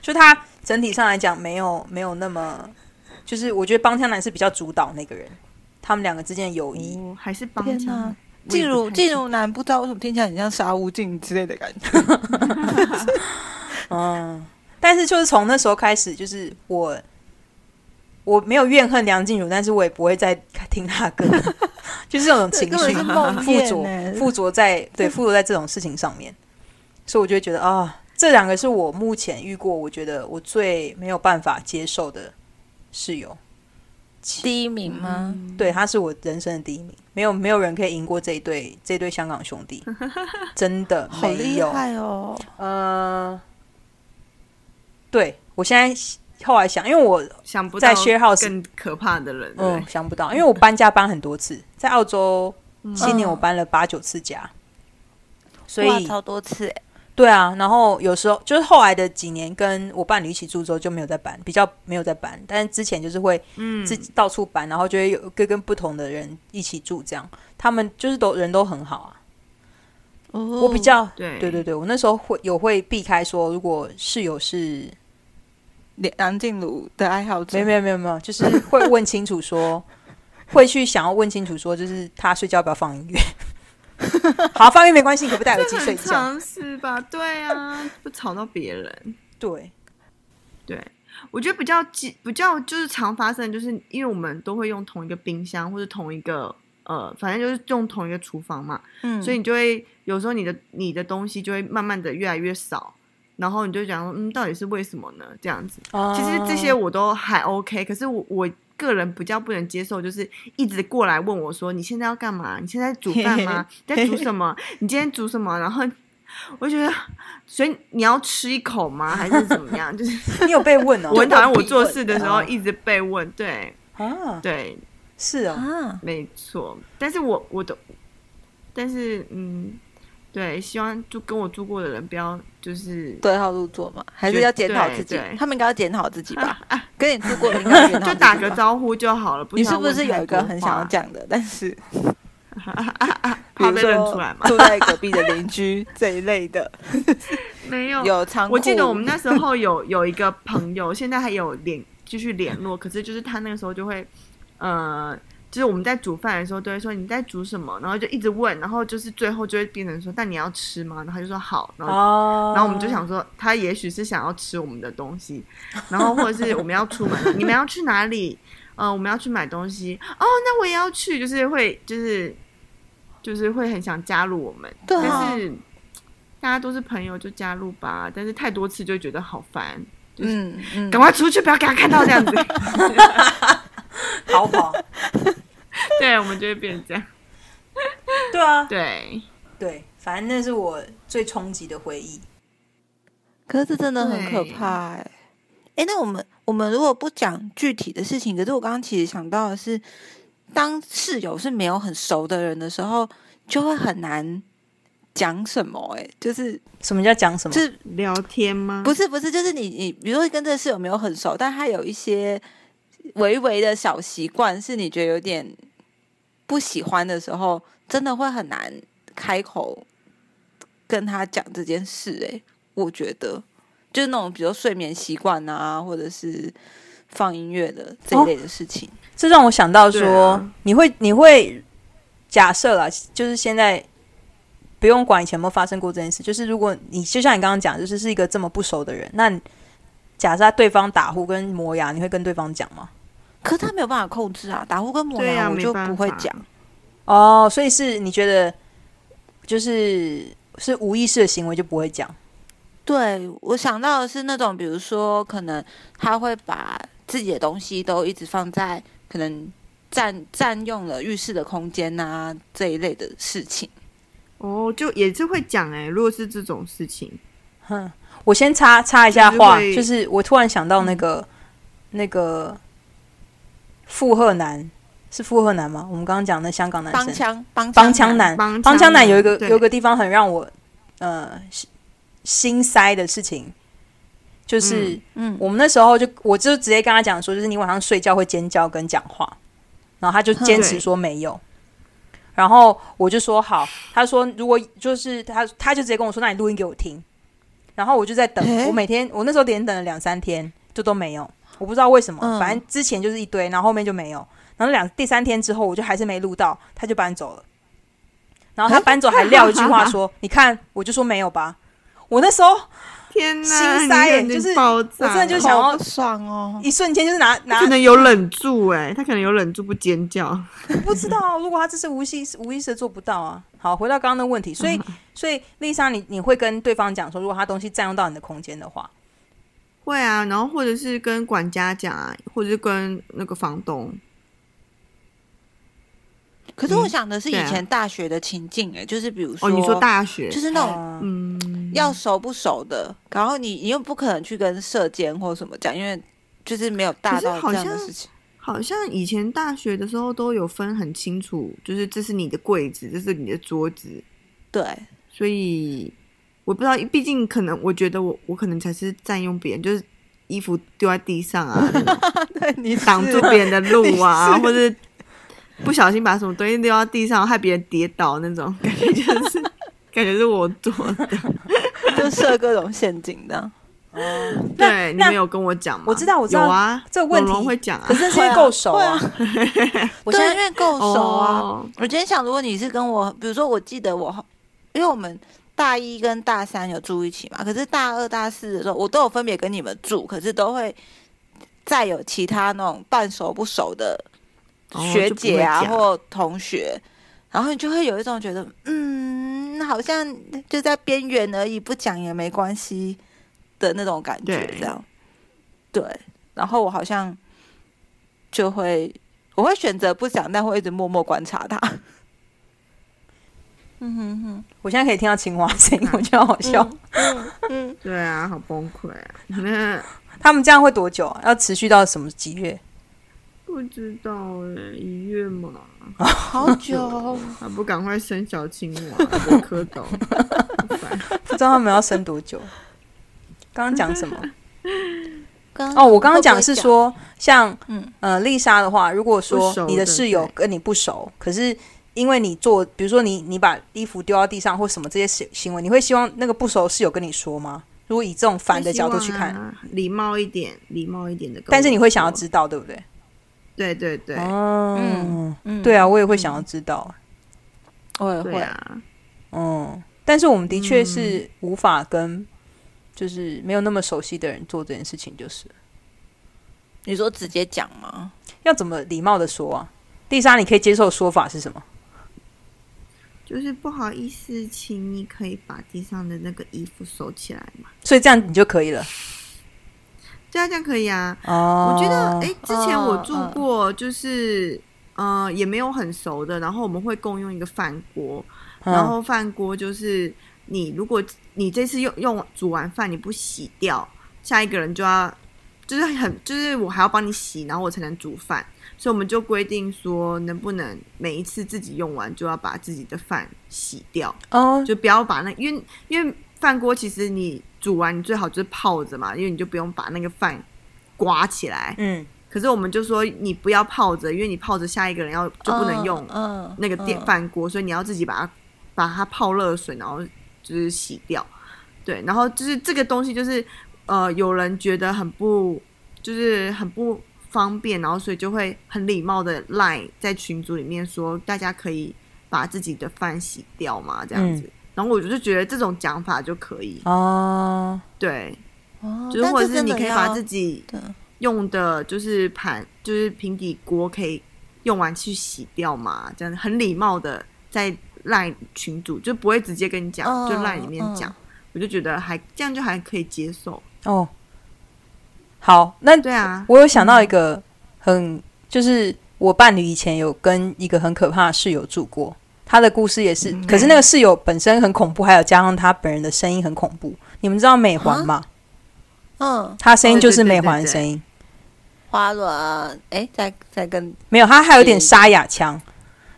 S1: 就他整体上来讲没有没有那么，就是我觉得帮腔男是比较主导那个人，他们两个之间的友谊。
S3: 哦还是帮
S2: 天
S3: 腔
S2: 哪
S3: 男？我也
S2: 静
S3: 不
S2: 茹
S3: 太
S2: 静
S3: 清
S2: 茹男不知道为什么听起来很像沙悟净之类的感觉。
S1: 嗯，但是就是从那时候开始，就是我我没有怨恨梁静茹，但是我也不会再听她的歌， [laughs] 就是这种情
S2: 根本
S1: 绪
S2: 是梦
S1: 附
S2: 魇
S1: 着
S2: 欸
S1: 附着在对附着在这种事情上面，所以我就会觉得啊，这两个是我目前遇过我觉得我最没有办法接受的室友，
S2: 第一名吗？
S1: 对，他是我人生的第一名，没有没有人可以赢过这一对这一对香港兄弟，真的
S2: 好
S1: 没
S2: 厉
S1: 有。
S2: 害哦！
S1: 呃，对我现在后来想，因为我
S3: 想不到
S1: 在 share house，
S3: 更可怕的人，对
S1: 嗯，想不到，因为我搬家搬很多次，在澳洲七年
S2: 嗯
S1: 我搬了八九次家，所
S2: 哇，
S1: 以
S2: 超多次欸，
S1: 对啊，然后有时候就是后来的几年跟我伴侣一起住之后就没有再搬，比较没有再搬，但是之前就是会
S3: 嗯，
S1: 自己到处搬，然后就会有跟跟不同的人一起住，这样他们就是都人都很好啊，我
S2: 我
S3: 哦
S1: 比较。
S3: 对
S1: 对对对，我那时候会有会避开说，如果室友是
S2: 梁静茹的爱好者
S1: 没有。没有没有没有，就是 [laughs] 会问清楚说，会去想要问清楚说，就是他睡觉要不要放音乐。 [laughs] 好，放音乐没关系，你可不可以戴耳
S3: 这
S1: 机睡
S3: 很
S1: 觉？
S3: 常是吧？对啊，不吵到别人。
S1: 对，
S3: 对，我觉得比较基比较就是常发生，就是因为我们都会用同一个冰箱或者同一个呃，反正就是用同一个厨房嘛，
S2: 嗯
S3: 所以你就会有时候你的你的东西就会慢慢的越来越少，然后你就讲说，嗯，到底是为什么呢？这样子，其实这些
S1: 啊
S3: 我都还 OK，可是我我。个人比较不能接受，就是一直过来问我说：“你现在要干嘛？你现在煮饭吗？你在煮什么？你今天煮什么？”然后 [laughs] 我就觉得，所以你要吃一口吗？还是怎么样？就是
S1: 你有被问哦？
S3: 我很讨厌
S2: 就
S3: 我
S2: 被逼
S3: 做
S2: 问
S3: 事的时
S1: 哦
S3: 候一直被问，对
S1: 啊，
S3: 对，
S1: 是哦，
S2: 啊，
S3: 没错。但是我我都，但是嗯，对，希望就跟我住过的人不要就是
S2: 对号入座嘛，还是
S3: 就
S2: 要检讨自己
S3: 对对？啊
S2: 他们应该要检讨自己吧？跟你住过的应该要检讨
S3: [laughs] 就
S2: 自己
S3: 打
S2: 吧
S3: 个招呼就好了。
S2: [laughs] 你
S3: 需
S2: 是
S3: 要
S2: 不是
S3: 问太
S2: 有一个
S3: 多
S2: 很想要
S3: 话
S2: 讲的，但
S3: [laughs]
S2: 是比
S3: 怕
S2: 如
S3: 被认
S2: 说
S3: 出来嘛？
S2: 住在隔壁的邻居这一类
S3: [laughs]
S2: 的，
S3: 没有，
S2: 有仓库。
S3: 我记得我们那时候有有一个朋友，现在还有联继续联络，可是就是他那个时候就会呃，就是我们在煮饭的时候都会说你在煮什么，然后就一直问，然后就是最后就会变成说，但你要吃吗？然后他就说好，然后、
S1: 哦，
S3: 然后我们就想说，他也许是想要吃我们的东西，然后或者是我们要出门了，你们要去哪里？呃，我们要去买东西哦，那我也要去，就是会就是就是会很想加入我们，
S2: 对啊
S3: 但是大家都是朋友就加入吧，但是太多次就会觉得好烦，
S2: 嗯嗯，
S3: 赶快出去，不要给他看到这样子， [laughs]
S1: 逃跑。
S3: 对我们就会变成这样，
S1: 对啊，
S3: [laughs] 对，
S1: 对，反正那是我最冲击的回忆。
S2: 可是这真的很可
S3: 对
S2: 怕哎、欸。哎、那我们我们如果不讲具体的事情，可是我刚刚其实想到的是，当室友是没有很熟的人的时候，就会很难讲什么哎、就是
S1: 什么叫讲什么
S2: 就？是
S3: 聊天吗？
S2: 不是不是，就是你你，比如说跟这个室友没有很熟，但他有一些微微的小习惯，是你觉得有点不喜欢的时候，真的会很难开口跟他讲这件事、欸。哎，我觉得就是那种，比如说睡眠习惯啊，或者是放音乐的
S3: 哦
S2: 这一类的事情。
S1: 这让我想到
S3: 对
S1: 说，
S3: 啊
S1: 你会你会假设啦，就是现在不用管以前有没有发生过这件事，就是如果你就像你刚刚讲，就是是一个这么不熟的人，那你假设他对方打呼跟磨牙，你会跟对方讲吗？
S2: 可是他没有办法控制啊，打呼跟磨
S3: 对
S2: 牙
S3: 啊
S2: 我就
S3: 没办
S2: 不会
S3: 法
S2: 讲。
S1: 哦，所以是你觉得就是是无意识的行为就不会讲
S2: 对我想到的是那种，比如说，可能他会把自己的东西都一直放在可能占占用了浴室的空间呐、这一类的事情。
S3: 哦，就也是会讲哎、如果是这种事情，
S1: 哼，我先插插一下
S3: 就是
S1: 话，
S3: 会
S1: 就是我突然想到那个、
S3: 嗯
S1: 那个负荷男是负荷男吗？我们刚刚讲的香港男
S2: 帮
S1: 生
S2: 腔帮
S1: 帮腔
S2: 男，
S1: 男，
S3: 帮
S1: 帮腔
S3: 腔
S1: 男
S3: 男
S1: 有一个
S3: 对
S1: 有一个地方很让我呃心心塞的事情，就是、
S2: 嗯，
S1: 我们那时候就我就直接跟他讲说，就是你晚上睡觉会尖叫跟讲话，然后他就坚持说没有。然后我就说好，他说如果就是他，他就直接跟我说，那你录音给我听。然后我就在等，
S2: 诶
S1: 我每天我那时候连等了两三天，就都没有，我不知道为什么，
S2: 嗯
S1: 反正之前就是一堆，然后后面就没有，然后两第三天之后我就还是没录到，他就搬走了。然后他搬走还撂一句话
S2: [laughs]
S1: 说：“你看，我就说没有吧。”我那时候
S3: 天哪，
S1: 心塞
S3: 你
S1: 欸
S3: 有点
S1: 就是
S3: 爆炸
S1: 我真的就
S3: 了
S1: 想要
S2: 好不爽哦。
S1: 一瞬间就是拿拿
S3: 他可能有忍住哎、他可能有忍住不尖叫。
S1: 不知道啊、如果他这是无意识无意识的做不到啊。好，回到刚刚的问题，所以所以丽莎，你你会跟对方讲说，如果他东西占用到你的空间的话，
S3: 会啊，然后或者是跟管家讲啊，或者是跟那个房东。
S2: 可是我想的是
S3: 对
S2: 以
S3: 啊
S2: 前大学的情境、欸，哎，就是比如说，
S3: 哦，你说大学，
S2: 就是那种
S1: 嗯
S3: 嗯，
S2: 要熟不熟的，然后你你又不可能去跟社监或什么讲，因为就是没有大
S3: 可是
S2: 到
S3: 好
S2: 这样的
S3: 像
S2: 事情。
S3: 好像以前大学的时候都有分很清楚，就是这是你的柜子，这是你的桌子，
S2: [laughs] 对，
S3: 所以我不知道，毕竟可能我觉得我我可能才是占用别人，就是衣服丢在地上啊，那种
S2: 对你
S3: 挡住别人的
S1: [laughs]
S3: 路啊，
S2: 你是
S3: 或者不小心把什么东西丢到地上，害别人跌倒那种， [laughs] 感觉就是感觉是我做的。
S2: 就设各种陷阱的。
S3: 对，你
S1: [laughs] 那
S3: 们有跟我讲吗？
S1: 我知道我知道
S3: 有啊，
S1: 这个问题
S3: 龙龙会讲
S1: 可
S3: 啊。
S1: 是那是因为够熟啊。 [laughs] 我现
S2: 对，因
S1: 在
S2: 为够熟啊。
S3: 哦
S2: 我今天想，如果你是跟我，比如说，我记得我，因为我们大一跟大三有住一起嘛，可是大二、大四的时候，我都有分别跟你们住，可是都会再有其他那种半熟不熟的
S3: 哦
S2: 学姐啊、
S3: 就不会讲
S2: 或同学，然后你就会有一种觉得，嗯，好像就在边缘而已，不讲也没关系的那种感觉
S3: 对，
S2: 这样。对，然后我好像就会，我会选择不讲，但会一直默默观察他。嗯哼 [laughs] 哼，
S1: 我现在可以听到青蛙声音，我觉得好笑。
S2: 嗯嗯，
S3: 对啊，好崩溃啊！那
S1: 他们这样会多久啊？要持续到什么几月？
S3: 不知道哎，一月嘛，
S2: 好久 [laughs] 哦，
S3: 还不赶快生小青蛙，我蝌蚪，好烦
S1: 不知道他们要生多久。刚刚讲什么？
S2: 刚
S1: 哦，我刚刚讲是，说，像
S2: 嗯
S1: 呃丽莎的话，如果说
S3: 不熟
S1: 你的
S3: 的
S1: 室友
S3: 对
S1: 跟你不熟，可是因为你做，比如说你你把衣服丢到地上或什么这些行行为，你会希望那个不熟室友跟你说吗？如果以这 [laughs] 种反的角度去看，
S3: 会希望啊礼貌一点，礼貌一点的。
S1: 但是你会想要，知道，对不对？
S3: 对对对，
S1: 哦，
S2: 嗯嗯
S1: 对啊，我也会想要知道，
S2: 我也
S3: 对
S2: 会，
S3: 啊，
S1: 嗯，但是我们的确是无法跟就是没有那么熟悉的人做这件事情，就是
S2: 你说直接讲吗？
S1: 要怎么礼貌的说啊？丽莎，你可以接受的说法是什么？
S3: 就是不好意思，请你可以把地上的那个衣服收起来嘛。
S1: 所以这样你就可以了。
S3: 对啊，这样可以啊。
S1: 哦，
S3: 我觉得，哎、之前我住
S2: 嗯嗯
S3: 过，就是，呃，也没有很熟的，然后我们会共用一个饭锅，
S1: 嗯
S2: 嗯
S3: 然后饭锅就是你如果你这次用用煮完饭你不洗掉，下一个人就要就是很就是我还要帮你洗，然后我才能煮饭，所以我们就规定说能不能每一次自己用完就要把自己的饭洗掉，
S1: 嗯、哦，
S3: 就不要把那因为因为饭锅其实你煮完你最好就是泡着嘛，因为你就不用把那个饭刮起来。
S1: 嗯，
S3: 可是我们就说你不要泡着，因为你泡着下一个人要就不能用
S2: 嗯
S3: 那个电饭锅，所以你要自己把它把它泡热水，然后就是洗掉。对，然后就是这个东西，就是呃，有人觉得很不，就是很不方便，然后所以就会很礼貌的赖在群组里面说，大家可以把自己的饭洗掉嘛，这样子。然后我就觉得这种讲法就可以，
S1: 哦，
S3: 对，
S2: 哦
S3: 就是或者是你可以把自
S2: 己
S3: 己
S2: 对
S3: 用的就是盘就是平底锅可以用完去洗掉嘛，这样很礼貌的在赖群主就不会直接跟你讲，
S2: 嗯
S3: 就赖里面讲，我就觉得还这样就还可以接
S2: [laughs]
S3: 受。
S1: 哦，好，那
S3: 对啊，
S1: 我有想到一个很，就是我伴侣以前有跟一个很可怕的室友住过，他的故事也是，
S3: 嗯
S1: 可是那个室友本身很恐怖，还有加上他本人的声音很恐怖。你们知道美环吗？
S2: 嗯
S1: 他声音就是
S3: 啊哦对对对
S1: 美环的
S3: 对对
S1: 声音，
S2: 花轮，哎，再再 [laughs] 跟
S1: 没有，他还有点沙哑腔，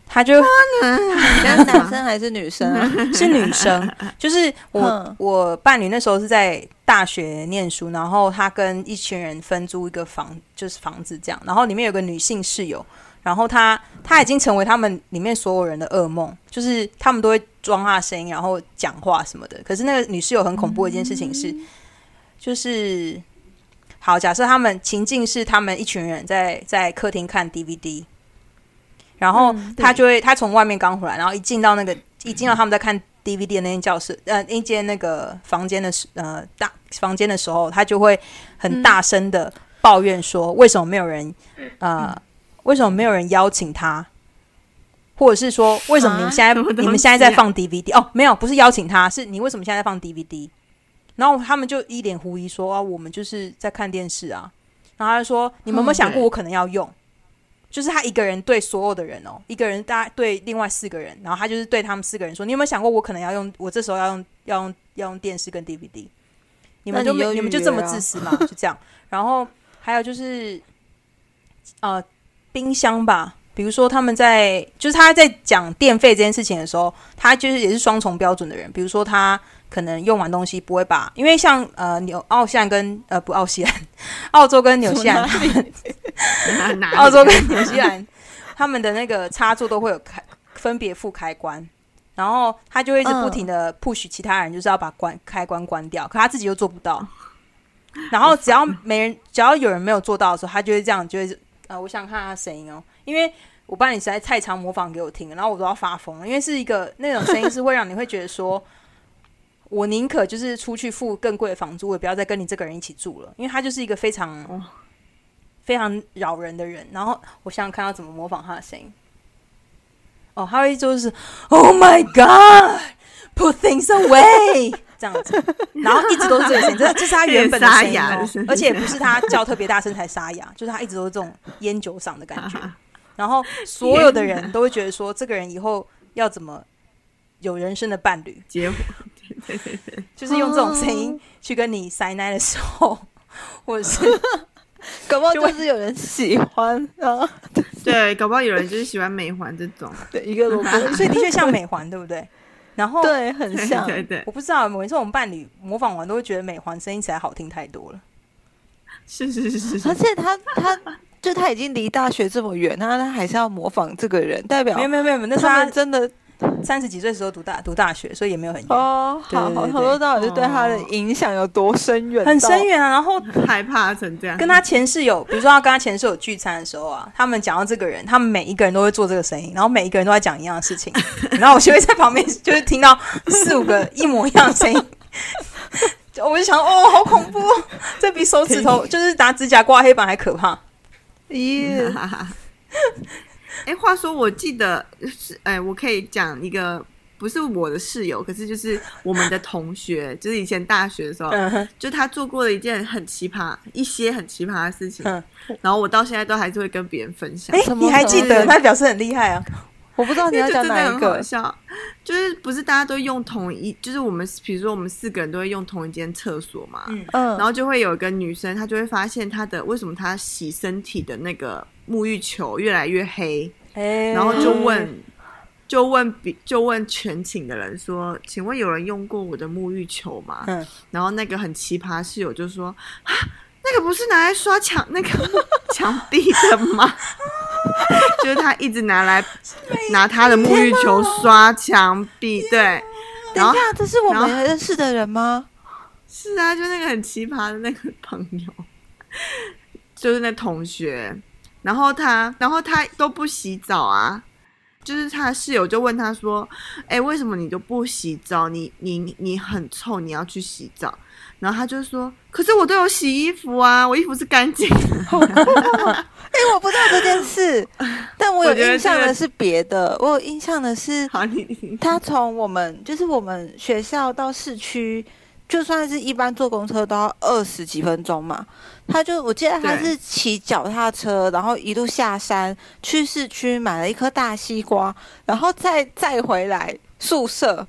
S1: 他就
S2: 那是男生还是女生啊？ [laughs]
S1: 是女生，就是我
S2: 嗯
S1: 我伴侣那时候是在大学念书，然后他跟一群人分租一个房，就是房子这样，然后里面有个女性室友，然后她她已经成为他们里面所有人的噩梦，就是他们都会装她的声音，然后讲话什么的。可是那个女室友很恐怖的一件事情是，就是好，假设他们情境是他们一群人在在客厅看 DVD，然后他就会、他从外面刚回来，然后一进到那个一进到他们在看 DVD 的那间教室，呃，那间那个房间的时呃大房间的时候，他就会
S3: 嗯
S1: 很大声的抱怨说，为什么没有人呃，
S3: 嗯
S1: 为什么没有人邀请他？或者是说，为什么你们
S2: 啊
S1: 现在、
S3: 什么东西啊
S1: 你们现在在放 DVD？哦，没有，不是邀请他，是你为什么现在在放 DVD？然后他们就一脸狐疑说啊，我们就是在看电视啊。然后他就说，你们
S3: 嗯
S1: 有没有想过我可能要用？就是他一个人对所有的人哦，一个人大家对另外四个人，然后他就是对他们四个人说，你有没有想过我可能要用，我这时候要用要用要用电视跟 DVD？你们
S2: 那
S1: 就
S2: 你
S1: 没
S2: 就
S1: 你们就
S2: 预约
S1: 这么
S2: 啊
S1: 自私嘛？ [laughs] 就这样。然后还有就是，呃，冰箱吧。比如说他们在，就是他在讲电费这件事情的时候，他就是也是双重标准的人。比如说他可能用完东西不会把，因为像呃纽奥西兰跟呃不奥西兰， [laughs] 澳洲跟纽西
S2: 啊
S1: 兰，
S3: 哪
S2: 哦
S3: 里
S1: 澳洲跟纽西兰他们的那个插座都会有开分别副开关，然后他就会一
S3: 嗯
S1: 直不停的 push 其他人，就是要把关开关关掉，可他自己又做不到。然后只要没人， [laughs] 只要有人没有做到的时候，他就会这样，就会呃，我想看他声音哦，因为我爸你实在太常模仿给我听了，然后我都要发疯了，因为是一个那种声音是会让你会觉得说，我宁可就是出去付更贵的房租，我也不要再跟你这个人一起住了，因为他就是一个非常、
S3: 哦
S1: 非常扰人的人。然后我想想看要怎么模仿他的声音。哦，他会就是 Oh my God, put things away [laughs] 这样子，然后一直都是这个声音，这这是他原本的声音、
S3: 有点沙哑
S1: 哦
S3: 是不，是
S1: 而且也不是他叫特别大声才沙哑，就是他一直都是这种烟酒嗓的感觉。
S3: [laughs]
S1: 然后所有的人都会觉得说，这个人以后要怎么有人生的伴侣，
S3: [laughs] 结婚， [laughs] 对对对对，
S1: 就是用这种声音去跟你塞奶的时候，或者是
S2: [laughs]
S1: [laughs]
S2: 搞不好
S1: 就会
S2: 就是有人喜欢啊，
S3: 对，搞不好有人就是喜欢美环这种，
S2: [laughs] 对一个萝卜，
S1: 所以的确像美环，对不对？然后
S2: [laughs] [laughs] 对，很
S3: 对
S2: 像，
S3: [laughs] 对对，
S1: 我不知道，每次我们伴侣模仿完都会觉得美环声音起来好听太多了。
S3: 是是是
S2: 而
S3: 是，
S2: 且他他就他已经离大学这么远，那他还是要模仿这个人，代表
S1: 没有没有没有，那是
S2: 啊他
S1: 他
S2: 们真的
S1: 三十几岁的时候读大读大学，所以也没有很远
S2: 哦，
S1: 对对
S2: 好好，
S1: 对
S2: 好多到底是对他的影响有多深远，
S1: 很深。远啊。然后
S3: 害怕成这样，
S1: 跟他前室友，比如说他跟他前室友聚餐的时候啊，他们讲到这个人，他们每一个人都会做这个声音，然后每一个人都在讲一样的事情，然后我就会在旁边就是听到四五个一模一样的声音。就我就想，哦，好恐怖哦！这比手指头就是拿指甲刮黑板还可怕。
S2: 咦，
S3: [laughs] 哎、话说我记得是，哎、我可以讲一个，不是我的室友，可是就是我们的同学，就是以前大学的时候，
S1: 嗯哼，
S3: 就他做过了一件很奇葩、一些很奇葩的事情，
S1: 嗯
S3: 然后我到现在都还是会跟别人分享
S1: 哎。，
S2: 什么
S1: 你还记
S2: 东
S1: 得？
S2: 西
S1: 那表示很厉害啊！
S2: [laughs] 我不知道你要
S3: 就
S2: 讲
S3: 真的
S2: 哪一
S3: 很好
S2: 个。
S3: 笑，就是不是大家都用同一，就是我们比如说我们四个人都会用同一间厕所嘛，
S1: 嗯
S2: 嗯
S3: 然，后就会有一个女生，她就会发现她的为什么她洗身体的那个沐浴球越来越黑，
S1: 哎，
S3: 然后就问，就问比就问全寝的人说，请问有人用过我的沐浴球吗？
S1: 嗯
S3: 然后那个很奇葩室友就说啊，那个不是拿来刷墙那个 [laughs] 墙壁的吗？ [laughs] 就是他一直拿来拿他的沐浴球刷墙壁，对。然后
S2: 下，这是我
S3: 然后
S2: 认识的人吗？
S3: 是啊，就那个很奇葩的那个朋友， [laughs] 就是那同学，然后他，然后他都不洗澡啊。就是他室友就问他说：“哎、为什么你都不洗澡？你你你很臭，你要去洗澡。”然后他就说：“可是我都有洗衣服啊，我衣服是干净的。 [laughs]
S2: 哎、我不知道这件事， [laughs] 但我
S3: 我
S2: 有
S3: 觉得
S2: 印象
S3: 这个
S2: 的是别的，我有印象的是”
S3: 好，你你
S2: 他从我们就是我们学校到市区，就算是一般坐公车都要二十几分钟嘛。他就我记得他
S3: 对
S2: 是骑脚踏车，然后一路下山去市区买了一颗大西瓜，然后再再回来宿舍，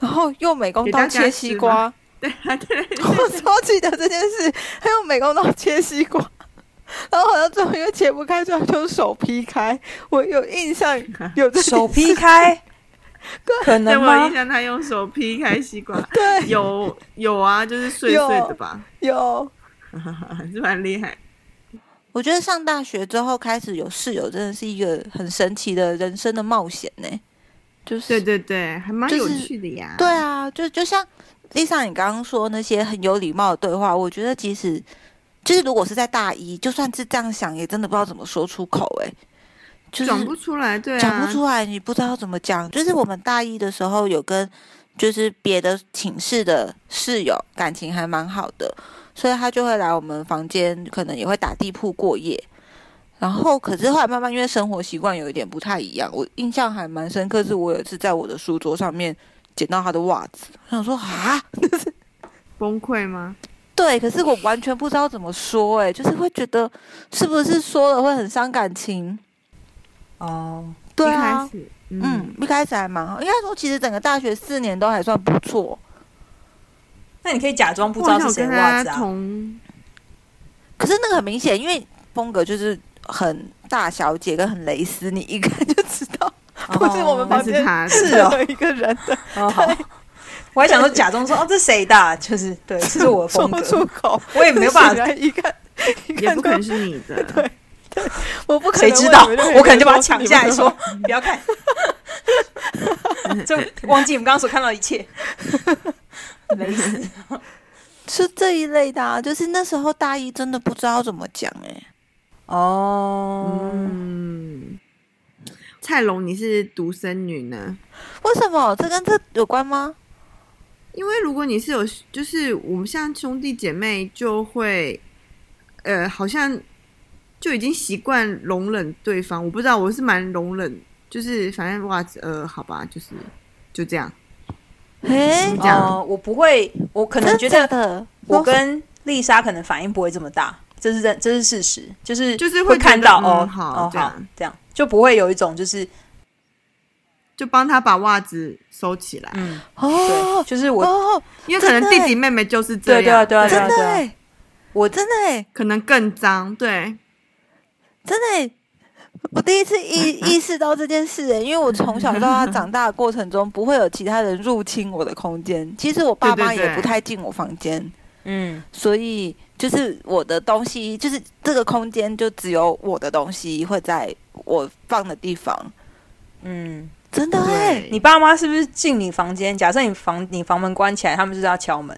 S2: 然后用美工
S3: 给
S2: 刀
S3: 大家
S2: 切
S3: 吃
S2: 西
S3: 吗 [laughs]
S2: 瓜。
S3: 对啊对，
S2: 我超记得这件事，还有美工刀切西瓜， [laughs] 然后好像最后因为切不开，最后就用手劈开。我有印象有这件
S1: [laughs] 手
S2: 事
S1: 劈开，可
S3: 对
S1: 能
S3: 我有印
S1: 吗？
S3: 象，他用手劈开西瓜，
S2: [laughs] 对
S3: 有有啊，就是碎碎的吧，
S2: [laughs] 有。
S3: 还 [laughs] 是蛮厉害。
S2: 我觉得上大学之后开始有室友，真的是一个很神奇的人生的冒险呢、就是
S3: 对对对，还蛮
S2: 就
S3: 有
S2: 是
S3: 趣的呀。
S2: 对啊，就就像 Lisa 你刚刚说那些很有礼貌的对话，我觉得即使就是如果是在大一，就算是这样想，也真的不知道怎么说出口哎、就是
S3: 讲不出来，对啊，
S2: 讲不出来，你不知道怎么讲。就是我们大一的时候有跟就是别的寝室的室友感情还蛮好的，所以他就会来我们房间，可能也会打地铺过夜。然后，可是后来慢慢因为生活习惯有一点不太一样，我印象还蛮深刻，是我有一次在我的书桌上面捡到他的袜子，我想说啊，
S3: 崩溃吗？
S2: 对，可是我完全不知道怎么说、欸，哎，就是会觉得是不是说了会很伤感情？
S1: 哦，
S2: 对
S3: 一
S2: 啊
S3: 开，始，嗯，
S2: 嗯，一开始还蛮好，应该说其实整个大学四年都还算不错。
S1: 那你可以假装不
S3: 我
S1: 知
S3: 好
S1: 道
S3: 像
S1: 是
S3: 有
S1: 谁
S3: 跟
S1: 的袜
S3: 他
S1: 子啊。
S3: 同，
S2: 可是那个很明显，因为风格就是很大小姐跟很蕾丝，你一看就知道不是我们
S1: 哦
S2: 房
S3: 那是
S2: 间
S3: 他的
S1: 是哦
S2: 有一个人的，
S1: 哦，好，我还想说假装说哦，这谁的啊？就是对，这是我的
S2: 说
S1: 风
S2: 不
S1: 格
S2: 出，口，
S1: 我也没有办法，
S2: 法一看，一
S3: 也
S2: 看就
S3: 不可能是你的，
S2: 我不可能
S1: 谁知道？
S2: 问你们
S1: 我可能就把它抢下来，
S2: 你们
S1: 说不要看，就忘记我们刚刚所看到的一切。雷死！
S2: [laughs] 是这一类的、啊，就是那时候大一真的不知道怎么讲哎、
S1: 哦，
S3: 嗯。蔡龙，你是独生女呢？
S2: 为什么这跟这有关吗？
S3: 因为如果你是有，就是我们像兄弟姐妹，就会，呃，好像就已经习惯容忍对方。我不知道，我是蛮容忍，就是反正袜子，呃，好吧，就是就这样。
S2: 哎、
S3: 这样
S1: 哦，我不会，我可能
S2: 真
S1: 觉得
S2: 的假的，
S1: 我跟丽莎可能反应不会这么大，这是真，这是事实，就是
S3: 就是会
S1: 会看到
S3: 觉得
S1: 哦，
S3: 嗯好
S1: 哦
S3: 这样
S1: 这样就不会有一种就是
S3: 就帮他把袜子收起来，
S1: 嗯，对，
S2: 哦
S1: 就是我
S2: 哦，
S3: 因为可能
S2: 真的
S3: 弟
S2: 欸
S3: 弟妹妹就是这样，
S1: 对啊对啊对啊
S2: 真的
S1: 啊
S2: 哎、我真的哎、
S3: 可能更脏，对，
S2: 真的欸、我第一
S1: [laughs]
S2: 次意意识到这件事、欸，因为我从小到大长大的过程中，不会有其他人入侵我的空间。其实我爸
S3: 对对
S2: 妈也
S3: 对
S2: 不太进我房间，
S1: 嗯
S2: 所以就是我的东西，就是这个空间就只有我的东西会在我放的地方。
S1: 嗯，
S2: 真的哎、
S1: 你爸妈是不是进你房间？假设你房你房门关起来，他们就是要敲门。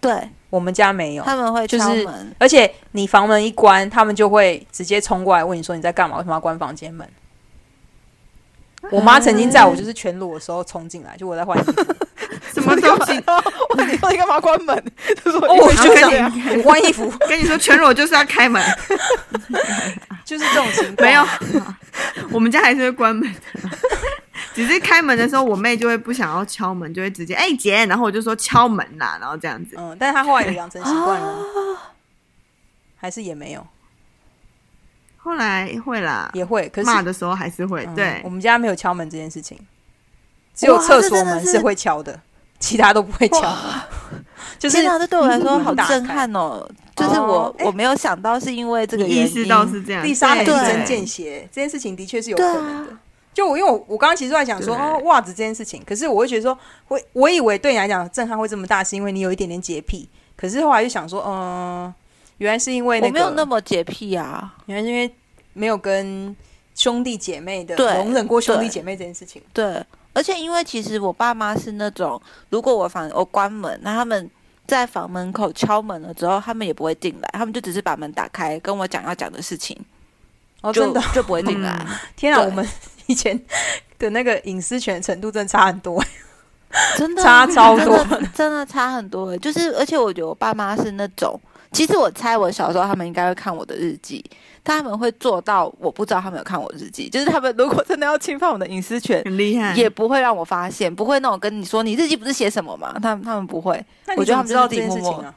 S2: 对，
S1: 我们家没有，
S2: 他们会
S1: 就
S2: 敲
S1: 是
S2: 门，
S1: 而且你房门一关，他们就会直接冲过来问你说你在干嘛？为什么要关房间门？我妈曾经在我就是全裸的时候冲进来，就我在
S3: [laughs]
S1: 换衣服，
S3: 什么东西？
S2: 问你说你干嘛关门？就说
S1: 哦，我
S2: 因为
S1: 就
S2: 这
S1: 想
S2: 样
S1: 我换衣服，
S3: 跟你说，全裸就是要
S1: [laughs]
S3: 开门，
S1: 就是这种情况。
S3: 没有， [laughs] 我们家还是会关门的。只是开门的时候，我妹就会不想要敲门，就会直接哎、姐，然后我就说敲门啦，然后这样子。
S1: 嗯，但是她后来有养成习惯了，还是也没有，
S2: 啊
S3: 后来会啦，
S1: 也会，可是
S3: 骂的时候还是会。
S1: 嗯
S3: 对
S1: 我，们家没有敲门这件事情，只有
S2: 哇
S1: 厕
S2: 这
S1: 所
S2: 真的
S1: 门
S2: 是
S1: 是会敲的，其他都不会敲。就是
S2: 天哪，这对我来说好
S1: 大
S2: 震
S1: 开
S2: 撼哦！就是我、
S1: 哦哎
S2: 我没有想到是因为这个
S3: 你
S2: 原因，
S3: 意识到是这样。
S1: 丽莎很一
S3: 对
S1: 针见血，这件事情的确是有可
S2: 对
S1: 能的。
S2: 啊，
S1: 就我因为我我刚刚其实在想说
S3: 对
S1: 哦袜子这件事情，可是我会觉得说，我我以为对你来讲震撼会这么大，是因为你有一点点洁癖，可是后来就想说，嗯、原来是因为、那个、
S2: 我没有那么洁癖啊，
S1: 原来是因为没有跟兄弟姐妹的
S2: 对
S1: 容忍过兄弟
S2: 对
S1: 姐妹这件事情。
S2: 对，而且因为其实我爸妈是那种，如果我房我关门，那他们在房门口敲门了之后，他们也不会进来，他们就只是把门打开，跟我讲要讲的事情，
S1: 哦，
S2: 就
S1: 真的，
S2: 就不会进来。
S1: 天啊，
S2: 对
S1: 我们以前的那个隐私权程度真的差很
S2: [laughs]
S1: 多，
S2: 真的
S1: 差超多
S2: 真的，真的差很多。欸就是，而且我觉得我爸妈是那种，其实我猜我小时候他们应该会看我的日记，但他们会做到我不知道他们有看我日记。就是他们如果真的要侵犯我的隐私权，
S3: 很厉
S1: 嗯
S3: 害。
S2: 也不会让我发现，不会那种跟你说你日记不是写什么嘛？他们他们不会，
S1: 那
S2: 我
S1: 你怎
S2: 觉得他
S1: 么
S2: 们
S1: 知道
S2: 就是
S1: 这
S2: 自己
S1: 件事情
S2: 默默
S1: 啊？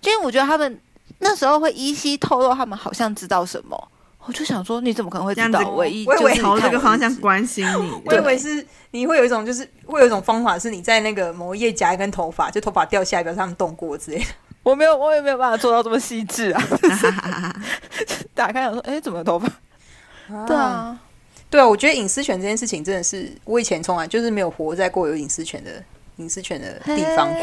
S2: 因为我觉得他们那时候会依稀透露他们好像知道什么。我就想说，你怎么可能会知
S3: 这
S2: 道
S3: 样？子
S2: 唯一
S1: 我以
S2: 就
S1: 为
S2: 是你
S3: 朝这
S2: 看
S3: 个
S2: 我
S3: 方
S2: 日
S3: 向
S2: 记
S3: 关心你。
S1: 我以
S2: 对
S1: 为是你会有一种，就是会有一种方法，是你在那个某一页夹一根头发，就头发掉下来，表示他们动过之类的。
S2: 我没有，我也没有办法做到这么细致啊！ [laughs] 打开想说，哎、怎么有头发？对，啊，
S1: 对啊，我觉得隐私权这件事情真的是，我以前从来就是没有活在过有隐私权的隐私权的地方过，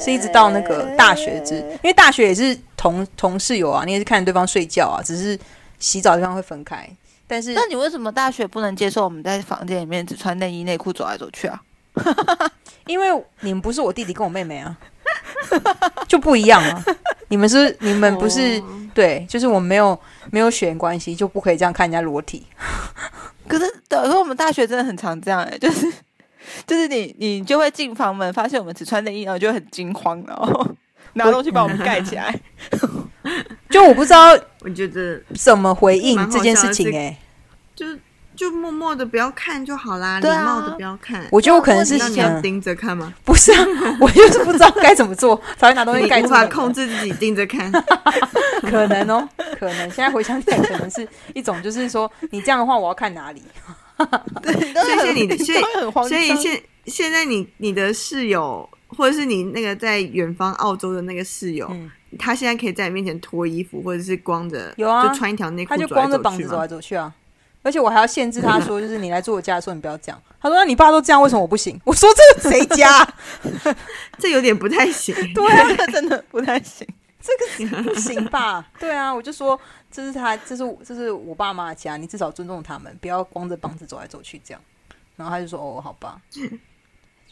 S1: 是一直到那个大学之，因为大学也是同同室友啊，你也是看对方睡觉啊，只是洗澡的地方会分开，但是
S2: 那你为什么大学不能接受我们在房间里面只穿内衣内裤走来走去啊？
S1: 因为你们不是我弟弟跟我妹妹啊， [laughs] 就不一样啊。你们是你们不是、
S3: 哦
S1: 对，就是我们没有没有血缘关系，就不可以这样看人家裸体。
S2: 可是，对，可是我们大学真的很常这样、哎，就是 [laughs] 就是你你就会进房门，发现我们只穿内衣，然后就会很惊慌，然后 [laughs] 拿东西把我们盖起来。
S1: 就我不知道
S3: 我觉得
S1: 怎么回应
S3: 蛮好
S1: 这件事情
S3: 笑的
S1: 哎、
S3: 就就默默的不要看就好啦，礼
S2: 对啊
S3: 貌的不要看。
S1: 我觉得我可能是
S3: 那你要
S1: 想，
S3: 盯着看吗？
S1: [laughs] 不是啊， [laughs] 我就是不知道该怎么做，才会拿东
S3: 你
S1: 西盖住
S3: 无
S1: 你
S3: 法
S1: 们。
S3: 控制自己盯
S1: [laughs]
S3: 着看， [laughs]
S1: 可能哦，可能现在回想起来，可能是一种就是说，你这样的话，我要看哪里？
S2: [laughs] 对，都
S3: 所以
S2: 很
S3: 你的所以
S2: 都会很慌
S3: 所以
S2: 张
S3: [laughs] 现现在你你的室友，或者是你那个在远方澳洲的那个室友，
S1: 嗯
S3: 他现在可以在你面前脱衣服，或者是光着
S1: 有啊
S3: 就穿一条内裤
S1: 他
S3: 走来
S1: 就
S3: 走去
S1: 光着膀子
S3: 嘛
S1: 走来走去啊。而且我还要限制他说，就是你来住我家的时候，你不要这样。他说：“那你爸都这样，为什么我不行？”我说：“这是谁家啊？
S3: 这有点不太行。
S1: [laughs] 对啊，
S2: 真的不太行。
S1: 这个不行
S3: [laughs]
S1: 吧？对啊，我就说这是他，这是这是我爸妈的家，你至少尊重他们，不要光着膀子走来走去这样。”然后他就说：“哦，好吧。”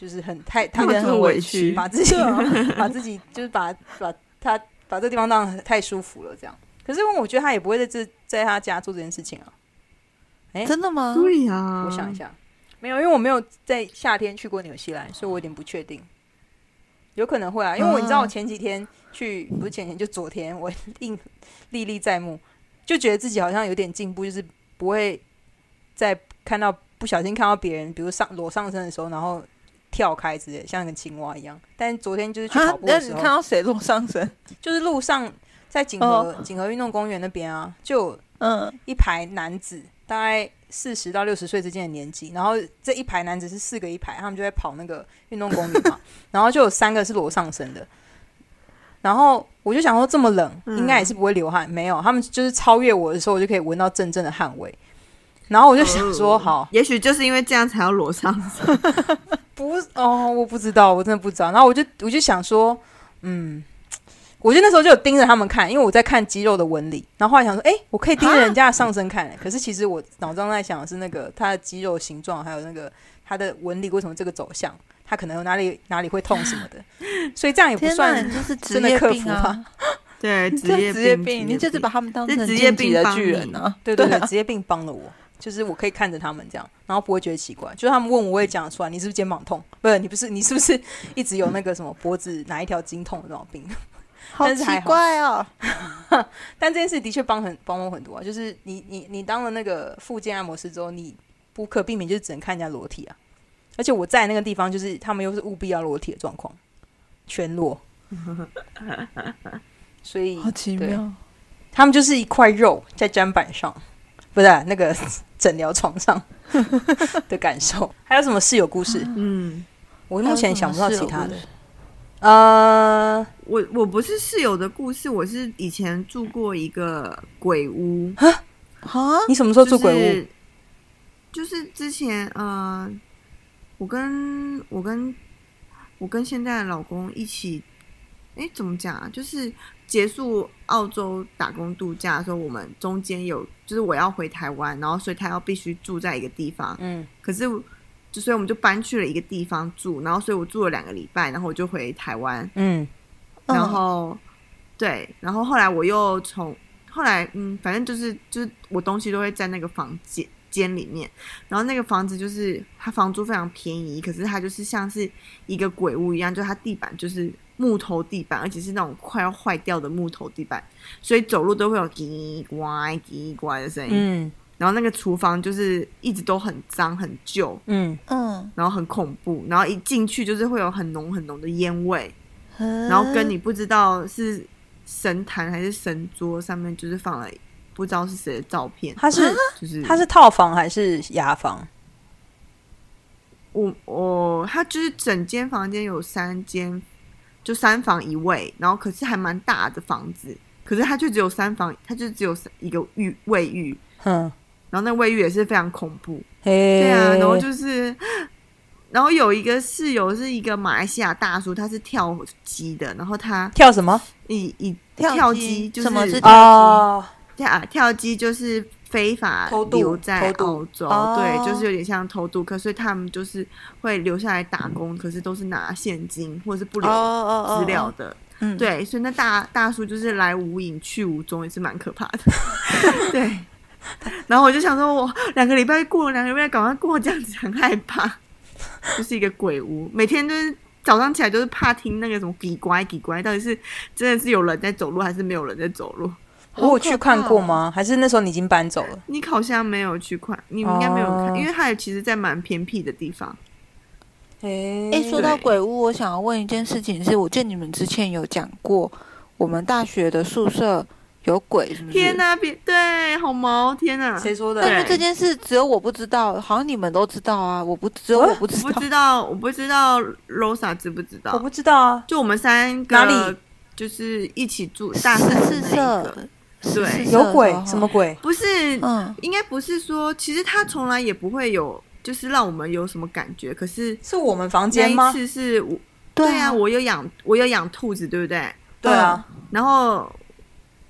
S1: 就是很太他
S3: 有
S1: 们
S3: 点很委屈啊
S1: 把自己 [laughs] 把自己就是把把他把这个地方当得太舒服了这样。可是我觉得他也不会在这在他家做这件事情啊。哎
S2: [laughs] 真的吗？
S3: 对呀、啊，
S1: 我想
S2: 嗯
S1: 一下，没有，因为我没有在夏天去过纽西兰，所以我有点不确定。有可能会啊，因为我你知
S2: 嗯
S1: 道，我前几天去，不是前天，就昨天，我 [laughs] 印历历在目，就觉得自己好像有点进步，就是不会再看到不小心看到别人，比如上裸上身的时候，然后跳开之类，像个青蛙一样。但昨天就是去
S2: 啊
S1: 跑，步
S2: 那
S1: 的
S2: 你
S1: 时
S2: 看
S1: 候，
S2: 到哦谁裸上身？
S1: 就是路上在锦河锦河运动公园那边啊，就有
S2: 嗯，
S1: 一排男子，大概四十到六十岁之间的年纪，然后这一排男子是四个一排，他们就在跑那个运动公
S3: [laughs]
S1: 园嘛，然后就有三个是裸上身的，然后我就想说这么冷，
S3: 嗯
S1: 应该也是不会流汗，没有，他们就是超越我的时候，我就可以闻到阵阵的汗味，然后我就想说，
S3: 哦
S1: 好，
S3: 也许就是因为这样才要裸上
S1: [laughs]
S3: 身，
S1: 不是哦，我不知道，我真的不知道。然后我就我就想说，嗯，我就那时候就有盯着他们看，因为我在看肌肉的纹理，然后后来想说，哎、我可以
S2: 啊
S1: 盯着人家的上身看、欸可是其实我脑中在想的是那个他的肌肉形状，还有那个他的纹理为什么这个走向，他可能有哪里哪里会痛什么的，
S2: [laughs]
S1: 所以这样也不
S2: 天哪，
S1: 算
S2: 你就是职
S1: 真的
S2: 业
S1: 克
S2: 病
S1: 服
S2: 啊
S1: 吧？！
S3: 对，职
S2: 这
S3: 业
S2: 职业
S3: 病，
S2: 病，你就是把他们当成
S3: 这职业
S2: 晋级
S3: 病
S2: 的
S3: 帮
S2: 巨
S3: 你
S2: 人啊！
S1: 对对对，职业病帮了我，就是我可以看着他们这样，然后不会觉得奇怪。就是他们问我，我也讲得出来，你是不是肩膀痛？不是，你不是，你是不是一直有那个什么脖子哪一条筋痛的那种病？
S2: 好
S1: 但是
S2: 奇
S1: 还好
S2: 怪哦，
S1: 但这件事的确帮很帮我很多啊，就是你你你当了那个附件按摩师之后，你不可避免就是只能看人家裸体啊。而且我在那个地方，就是他们又是务必要裸体的状况，全
S2: [laughs]
S1: 裸，所以
S2: 好奇
S1: 对
S2: 妙。
S1: 他们就是一块肉在砧板上，不是啊、那
S2: [laughs]
S1: 个诊疗床上的感受。还有什么室友故事？
S3: 嗯，
S1: 我目前想不到
S2: 啊还有
S1: 其
S2: 什么
S1: 他的
S2: 室友。
S1: 呃，
S3: 我我不是室友的故事，我是以前住过一个
S1: [laughs]
S3: 鬼屋，
S2: 故事啊，
S1: 你什么时候
S3: 就
S1: 住鬼屋？
S3: 是就是之前呃，我跟我跟我跟现在的老公一起，哎，怎么讲啊？就是结束澳洲打工度假的时候，我们中间有就是我要回台湾，然后所以他要必须住在一个地方，
S1: 嗯，
S3: 可是就所以我们就搬去了一个地方住，然后所以我住了两个礼拜，然后我就回台湾，
S1: 嗯
S2: 嗯
S3: 然后、对，然后后来我又从后来嗯，反正就是就是我东西都会在那个房间间里面，然后那个房子就是它房租非常便宜，可是它就是像是一个鬼屋一样，就它地板就是木头地板，而且是那种快要坏掉的木头地板，所以走路都会有叽呱叽呱的声音。
S1: 嗯
S3: 然后那个厨房就是一直都很脏很旧，
S1: 嗯，
S2: 嗯，
S3: 然后很恐怖，然后一进去就是会有很浓很浓的烟味，
S2: 然
S3: 然后跟你不知道是神坛还是神桌上面，就是放了不知道是谁的照片，
S1: 他是
S3: 就是
S1: 他是套房还是雅房？
S3: 我我他就是整间房间有三间，就三房一卫，然后可是还蛮大的房子，可是他就只有三房，他就只有三一个浴卫浴，
S1: 嗯，
S3: 然后那卫浴也是非常恐怖，
S1: 嘿，
S3: 对啊，然后就是，然后有一个室友是一个马来西亚大叔，他是跳机的，然后他
S1: 跳什么？
S3: 以以
S2: 跳
S3: 机
S2: 机
S3: 就是
S2: 什么是跳机
S1: 哦，
S3: 跳啊跳机就是非法
S1: 偷渡
S3: 留
S1: 偷
S3: 在
S1: 渡
S3: 澳洲，
S2: 哦
S3: 对，就是有点像偷渡客，所以他们就是会留下来打工，可是都是拿现金或者是不
S2: 哦
S3: 留
S2: 哦哦，
S3: 资料的。
S2: 嗯，
S3: 对，所以那大大叔就是来无影去无踪，也是蛮可怕
S2: [laughs]
S3: 的。对，然后我就想说，我两个礼拜过了，两个礼拜赶快过，这样子很害怕，就是一个鬼屋，每天就是早上起来就是怕听那个什么叽乖叽乖，到底是真的是有人在走路还是没有人在走路？
S1: 我有去看过吗？还是那时候你已经搬走了？
S3: 你好像没有去看，你应该没有看，
S1: 哦
S3: 因为它也其实在蛮偏僻的地方。
S1: 哎
S2: 哎，说到
S3: 对
S2: 鬼屋，我想要问一件事情是，我记得你们之前有讲过，我们大学的宿舍有鬼，是不是？
S3: 天哪、别对，好毛，天哪、
S1: 谁说
S2: 但
S1: 的？
S2: 是
S3: 对
S2: 这件事只有我不知道，好像你们都知道啊，我不只有
S1: 我
S2: 我不知
S3: 我
S2: 道
S3: 不。知道，我不知道 Rosa 知不知道？
S1: 我不知道啊。
S3: 就我们三个
S1: 哪里
S3: 就是一起住大
S2: 十
S3: 三的
S2: 四
S3: 那一个
S2: 社，
S3: 对
S2: 14社
S1: 有鬼
S2: 的？话
S1: 什么？鬼？
S3: 不是，
S2: 嗯，
S3: 应该不是说，其实他从来也不会有，就是让我们有什么感觉。可是
S1: 是我们房
S3: 那
S1: 间
S3: 一
S1: 吗？
S3: 次是我，
S2: 对
S3: 啊，我有养，我有养兔子，对不对？
S1: 对啊，
S3: 然后，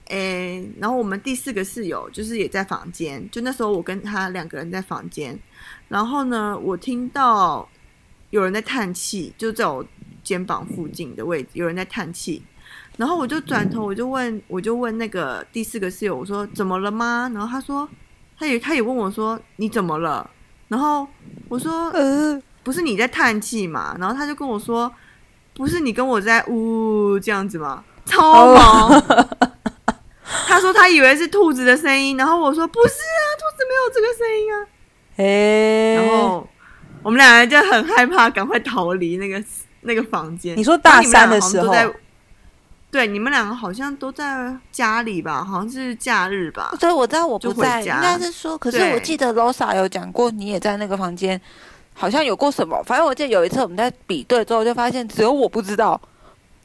S3: 诶、然后我们第四个室友就是也在房间，就那时候我跟他两个人在房间，然后呢，我听到有人在叹气，就在我肩膀附近的位置有人在叹气，然后我就转头，我就问，我就问那个第四个室友，我说怎么了吗？然后他说，他也他也问我说你怎么了？然后我说
S2: 呃，
S3: 不是你在叹气嘛？然后他就跟我说，不是你跟我在呜这样子吗？超毛。 [laughs] 他说他以为是兔子的声音，然后我说不是啊，兔子没有这个声音啊。
S1: 哎，
S3: 然后我们两个就很害怕，赶快逃离那个 [laughs] 那个房间。
S1: 你说大三的
S3: 然后你
S1: 时
S3: 们
S1: 候
S3: 两个好像都在，对，你们两个好像都在家里吧？好像是假日吧？
S2: 对，我知道我不
S3: 就回
S2: 在，应
S3: 家
S2: 该是说，可是
S3: 对
S2: 我记得 Rosa 有讲过，你也在那个房间，好像有过什么。反正我记得有一次我们在比对之后，就发现只有我不知道，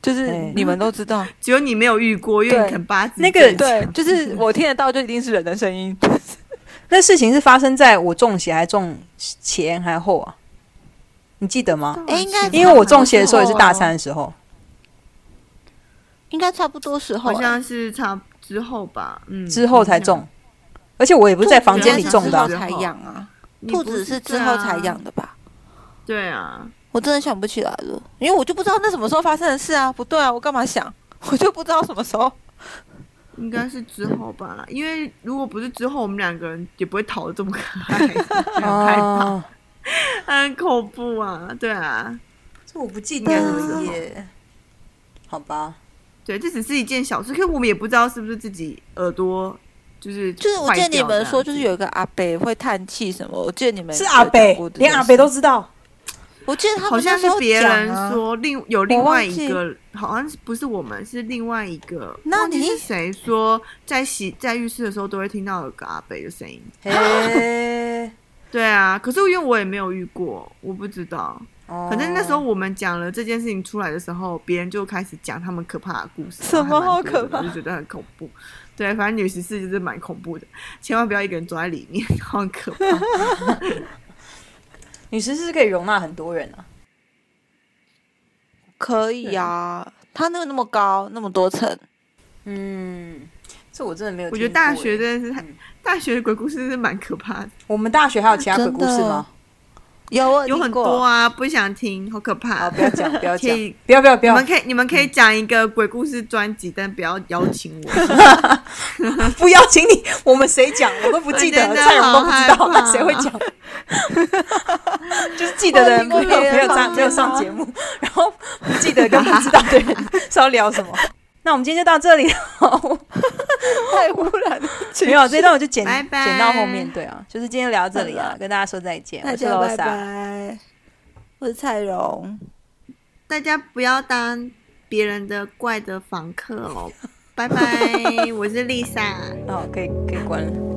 S2: 就是
S1: 对
S2: 你们都
S1: [laughs]
S2: 知道。
S3: 只有你没有遇过，因为你
S2: 对
S3: 可能八字
S1: 那个
S3: 正
S2: 对，
S1: [laughs]
S3: 常
S2: 就是我听得到，就一定是人的声音。 [laughs]
S1: 那事情是发生在我中邪还中前还后啊？你记得吗？
S2: 哎应该
S3: 哦
S1: 因为我中邪的时候也是大三的时候，
S2: 应该差不多时候、
S3: 好
S2: 欸，
S3: 像是差之后吧，嗯，
S1: 之后才种，而且我也不是在房间里种的啊、
S3: 兔
S2: 之
S3: 子啊
S2: 后才养啊。
S3: 你
S2: 兔
S3: 不
S2: 子是啊
S3: 是
S2: 之
S3: 啊
S2: 后才养的吧？
S3: 对啊，
S2: 我真的想不起来了，因为我就不知道那什么时候发生的事啊。不对啊，我干嘛想？我就不知道什么时候。
S3: 应该是之后吧，因为如果不是之后，我们两个人也不会逃得这么可
S2: [laughs]
S3: 爱，很害怕，
S1: 哦，
S3: 很恐怖啊，对啊，
S1: 这我不记得了耶。好吧，
S3: 对，这只是一件小事，可是我们也不知道是不是自己耳朵就是
S2: 就是我记得
S3: 坏
S2: 你
S3: 掉这
S2: 们
S3: 样
S2: 说，就是有一个阿北会叹气什么。我记得你们
S1: 是阿
S2: 有讲
S1: 北
S2: 过，这件
S1: 连阿北
S2: 事
S1: 都知道。
S2: 我记得他
S3: 好
S2: 们
S3: 像
S2: 那
S3: 是
S2: 时候
S3: 别
S2: 讲
S3: 人
S2: 啊，
S3: 说另有另外一
S2: 我
S3: 个，好像是不是我们是另外一个，
S2: 那
S3: 忘记
S2: 你
S3: 是谁说在洗在浴室的时候都会听到有个阿北的声音？
S1: [laughs] 嘿，
S3: 对啊，可是因为我也没有遇过，我不知道。
S1: 哦
S3: 反正那时候我们讲了这件事情出来的时候，别人就开始讲他们可怕的故事，
S2: 什么
S3: 然后还蛮多的
S2: 好可怕
S3: 我就觉得很恐怖。对，反正女十四就是蛮恐怖的，千万不要一个人走在里面，好很可怕。
S1: 女十四可以容纳很多人啊。
S2: 可以啊。他那个那么高，那么多层，
S1: 嗯，这我真的没有
S3: [laughs] 我
S1: 听过耶。
S3: 觉得大学真的是太
S1: 嗯，
S3: 大学的鬼故事真是蛮可怕的，
S1: 我们大学还有其他鬼故事吗？
S2: 有我
S3: 有
S2: 听
S3: 很
S2: 过
S3: 多啊，不想听，好可
S1: 好，
S3: 怕。
S1: 不要
S3: [laughs]
S1: 讲，不要
S3: 可
S1: 讲，
S3: 以
S1: 不要不要不
S3: 你
S1: 要
S3: 们，可以，你们可以讲一个鬼故事专辑，但不要邀请我。 [laughs]
S1: 不邀请你，我们谁讲我都不记得，
S3: 我真的
S1: 菜我都不知道
S3: 好，害怕
S1: 那谁会讲？
S3: [laughs]
S1: 就是记得的
S3: 哦
S1: 人没
S2: 我
S1: 有
S2: 听过别
S1: 没
S2: 人
S1: 有
S2: 放
S1: 上
S2: 的
S1: 没有上节目，然后不记得跟不知道的人 [laughs] 是要聊什么？那我们今天就到这里了，
S2: 太污染了。
S1: 没有这一段我就剪
S3: 拜拜
S1: 剪到后面，对啊，就是今天聊到这里啊，跟大家说再见，
S2: 嗯大
S1: 我是
S2: 家拜
S1: Losa，
S2: 拜，我是蔡荣，
S3: 大家不要当别人的怪的房客哦，拜拜，我是丽莎。
S1: 哦，可以可以关了。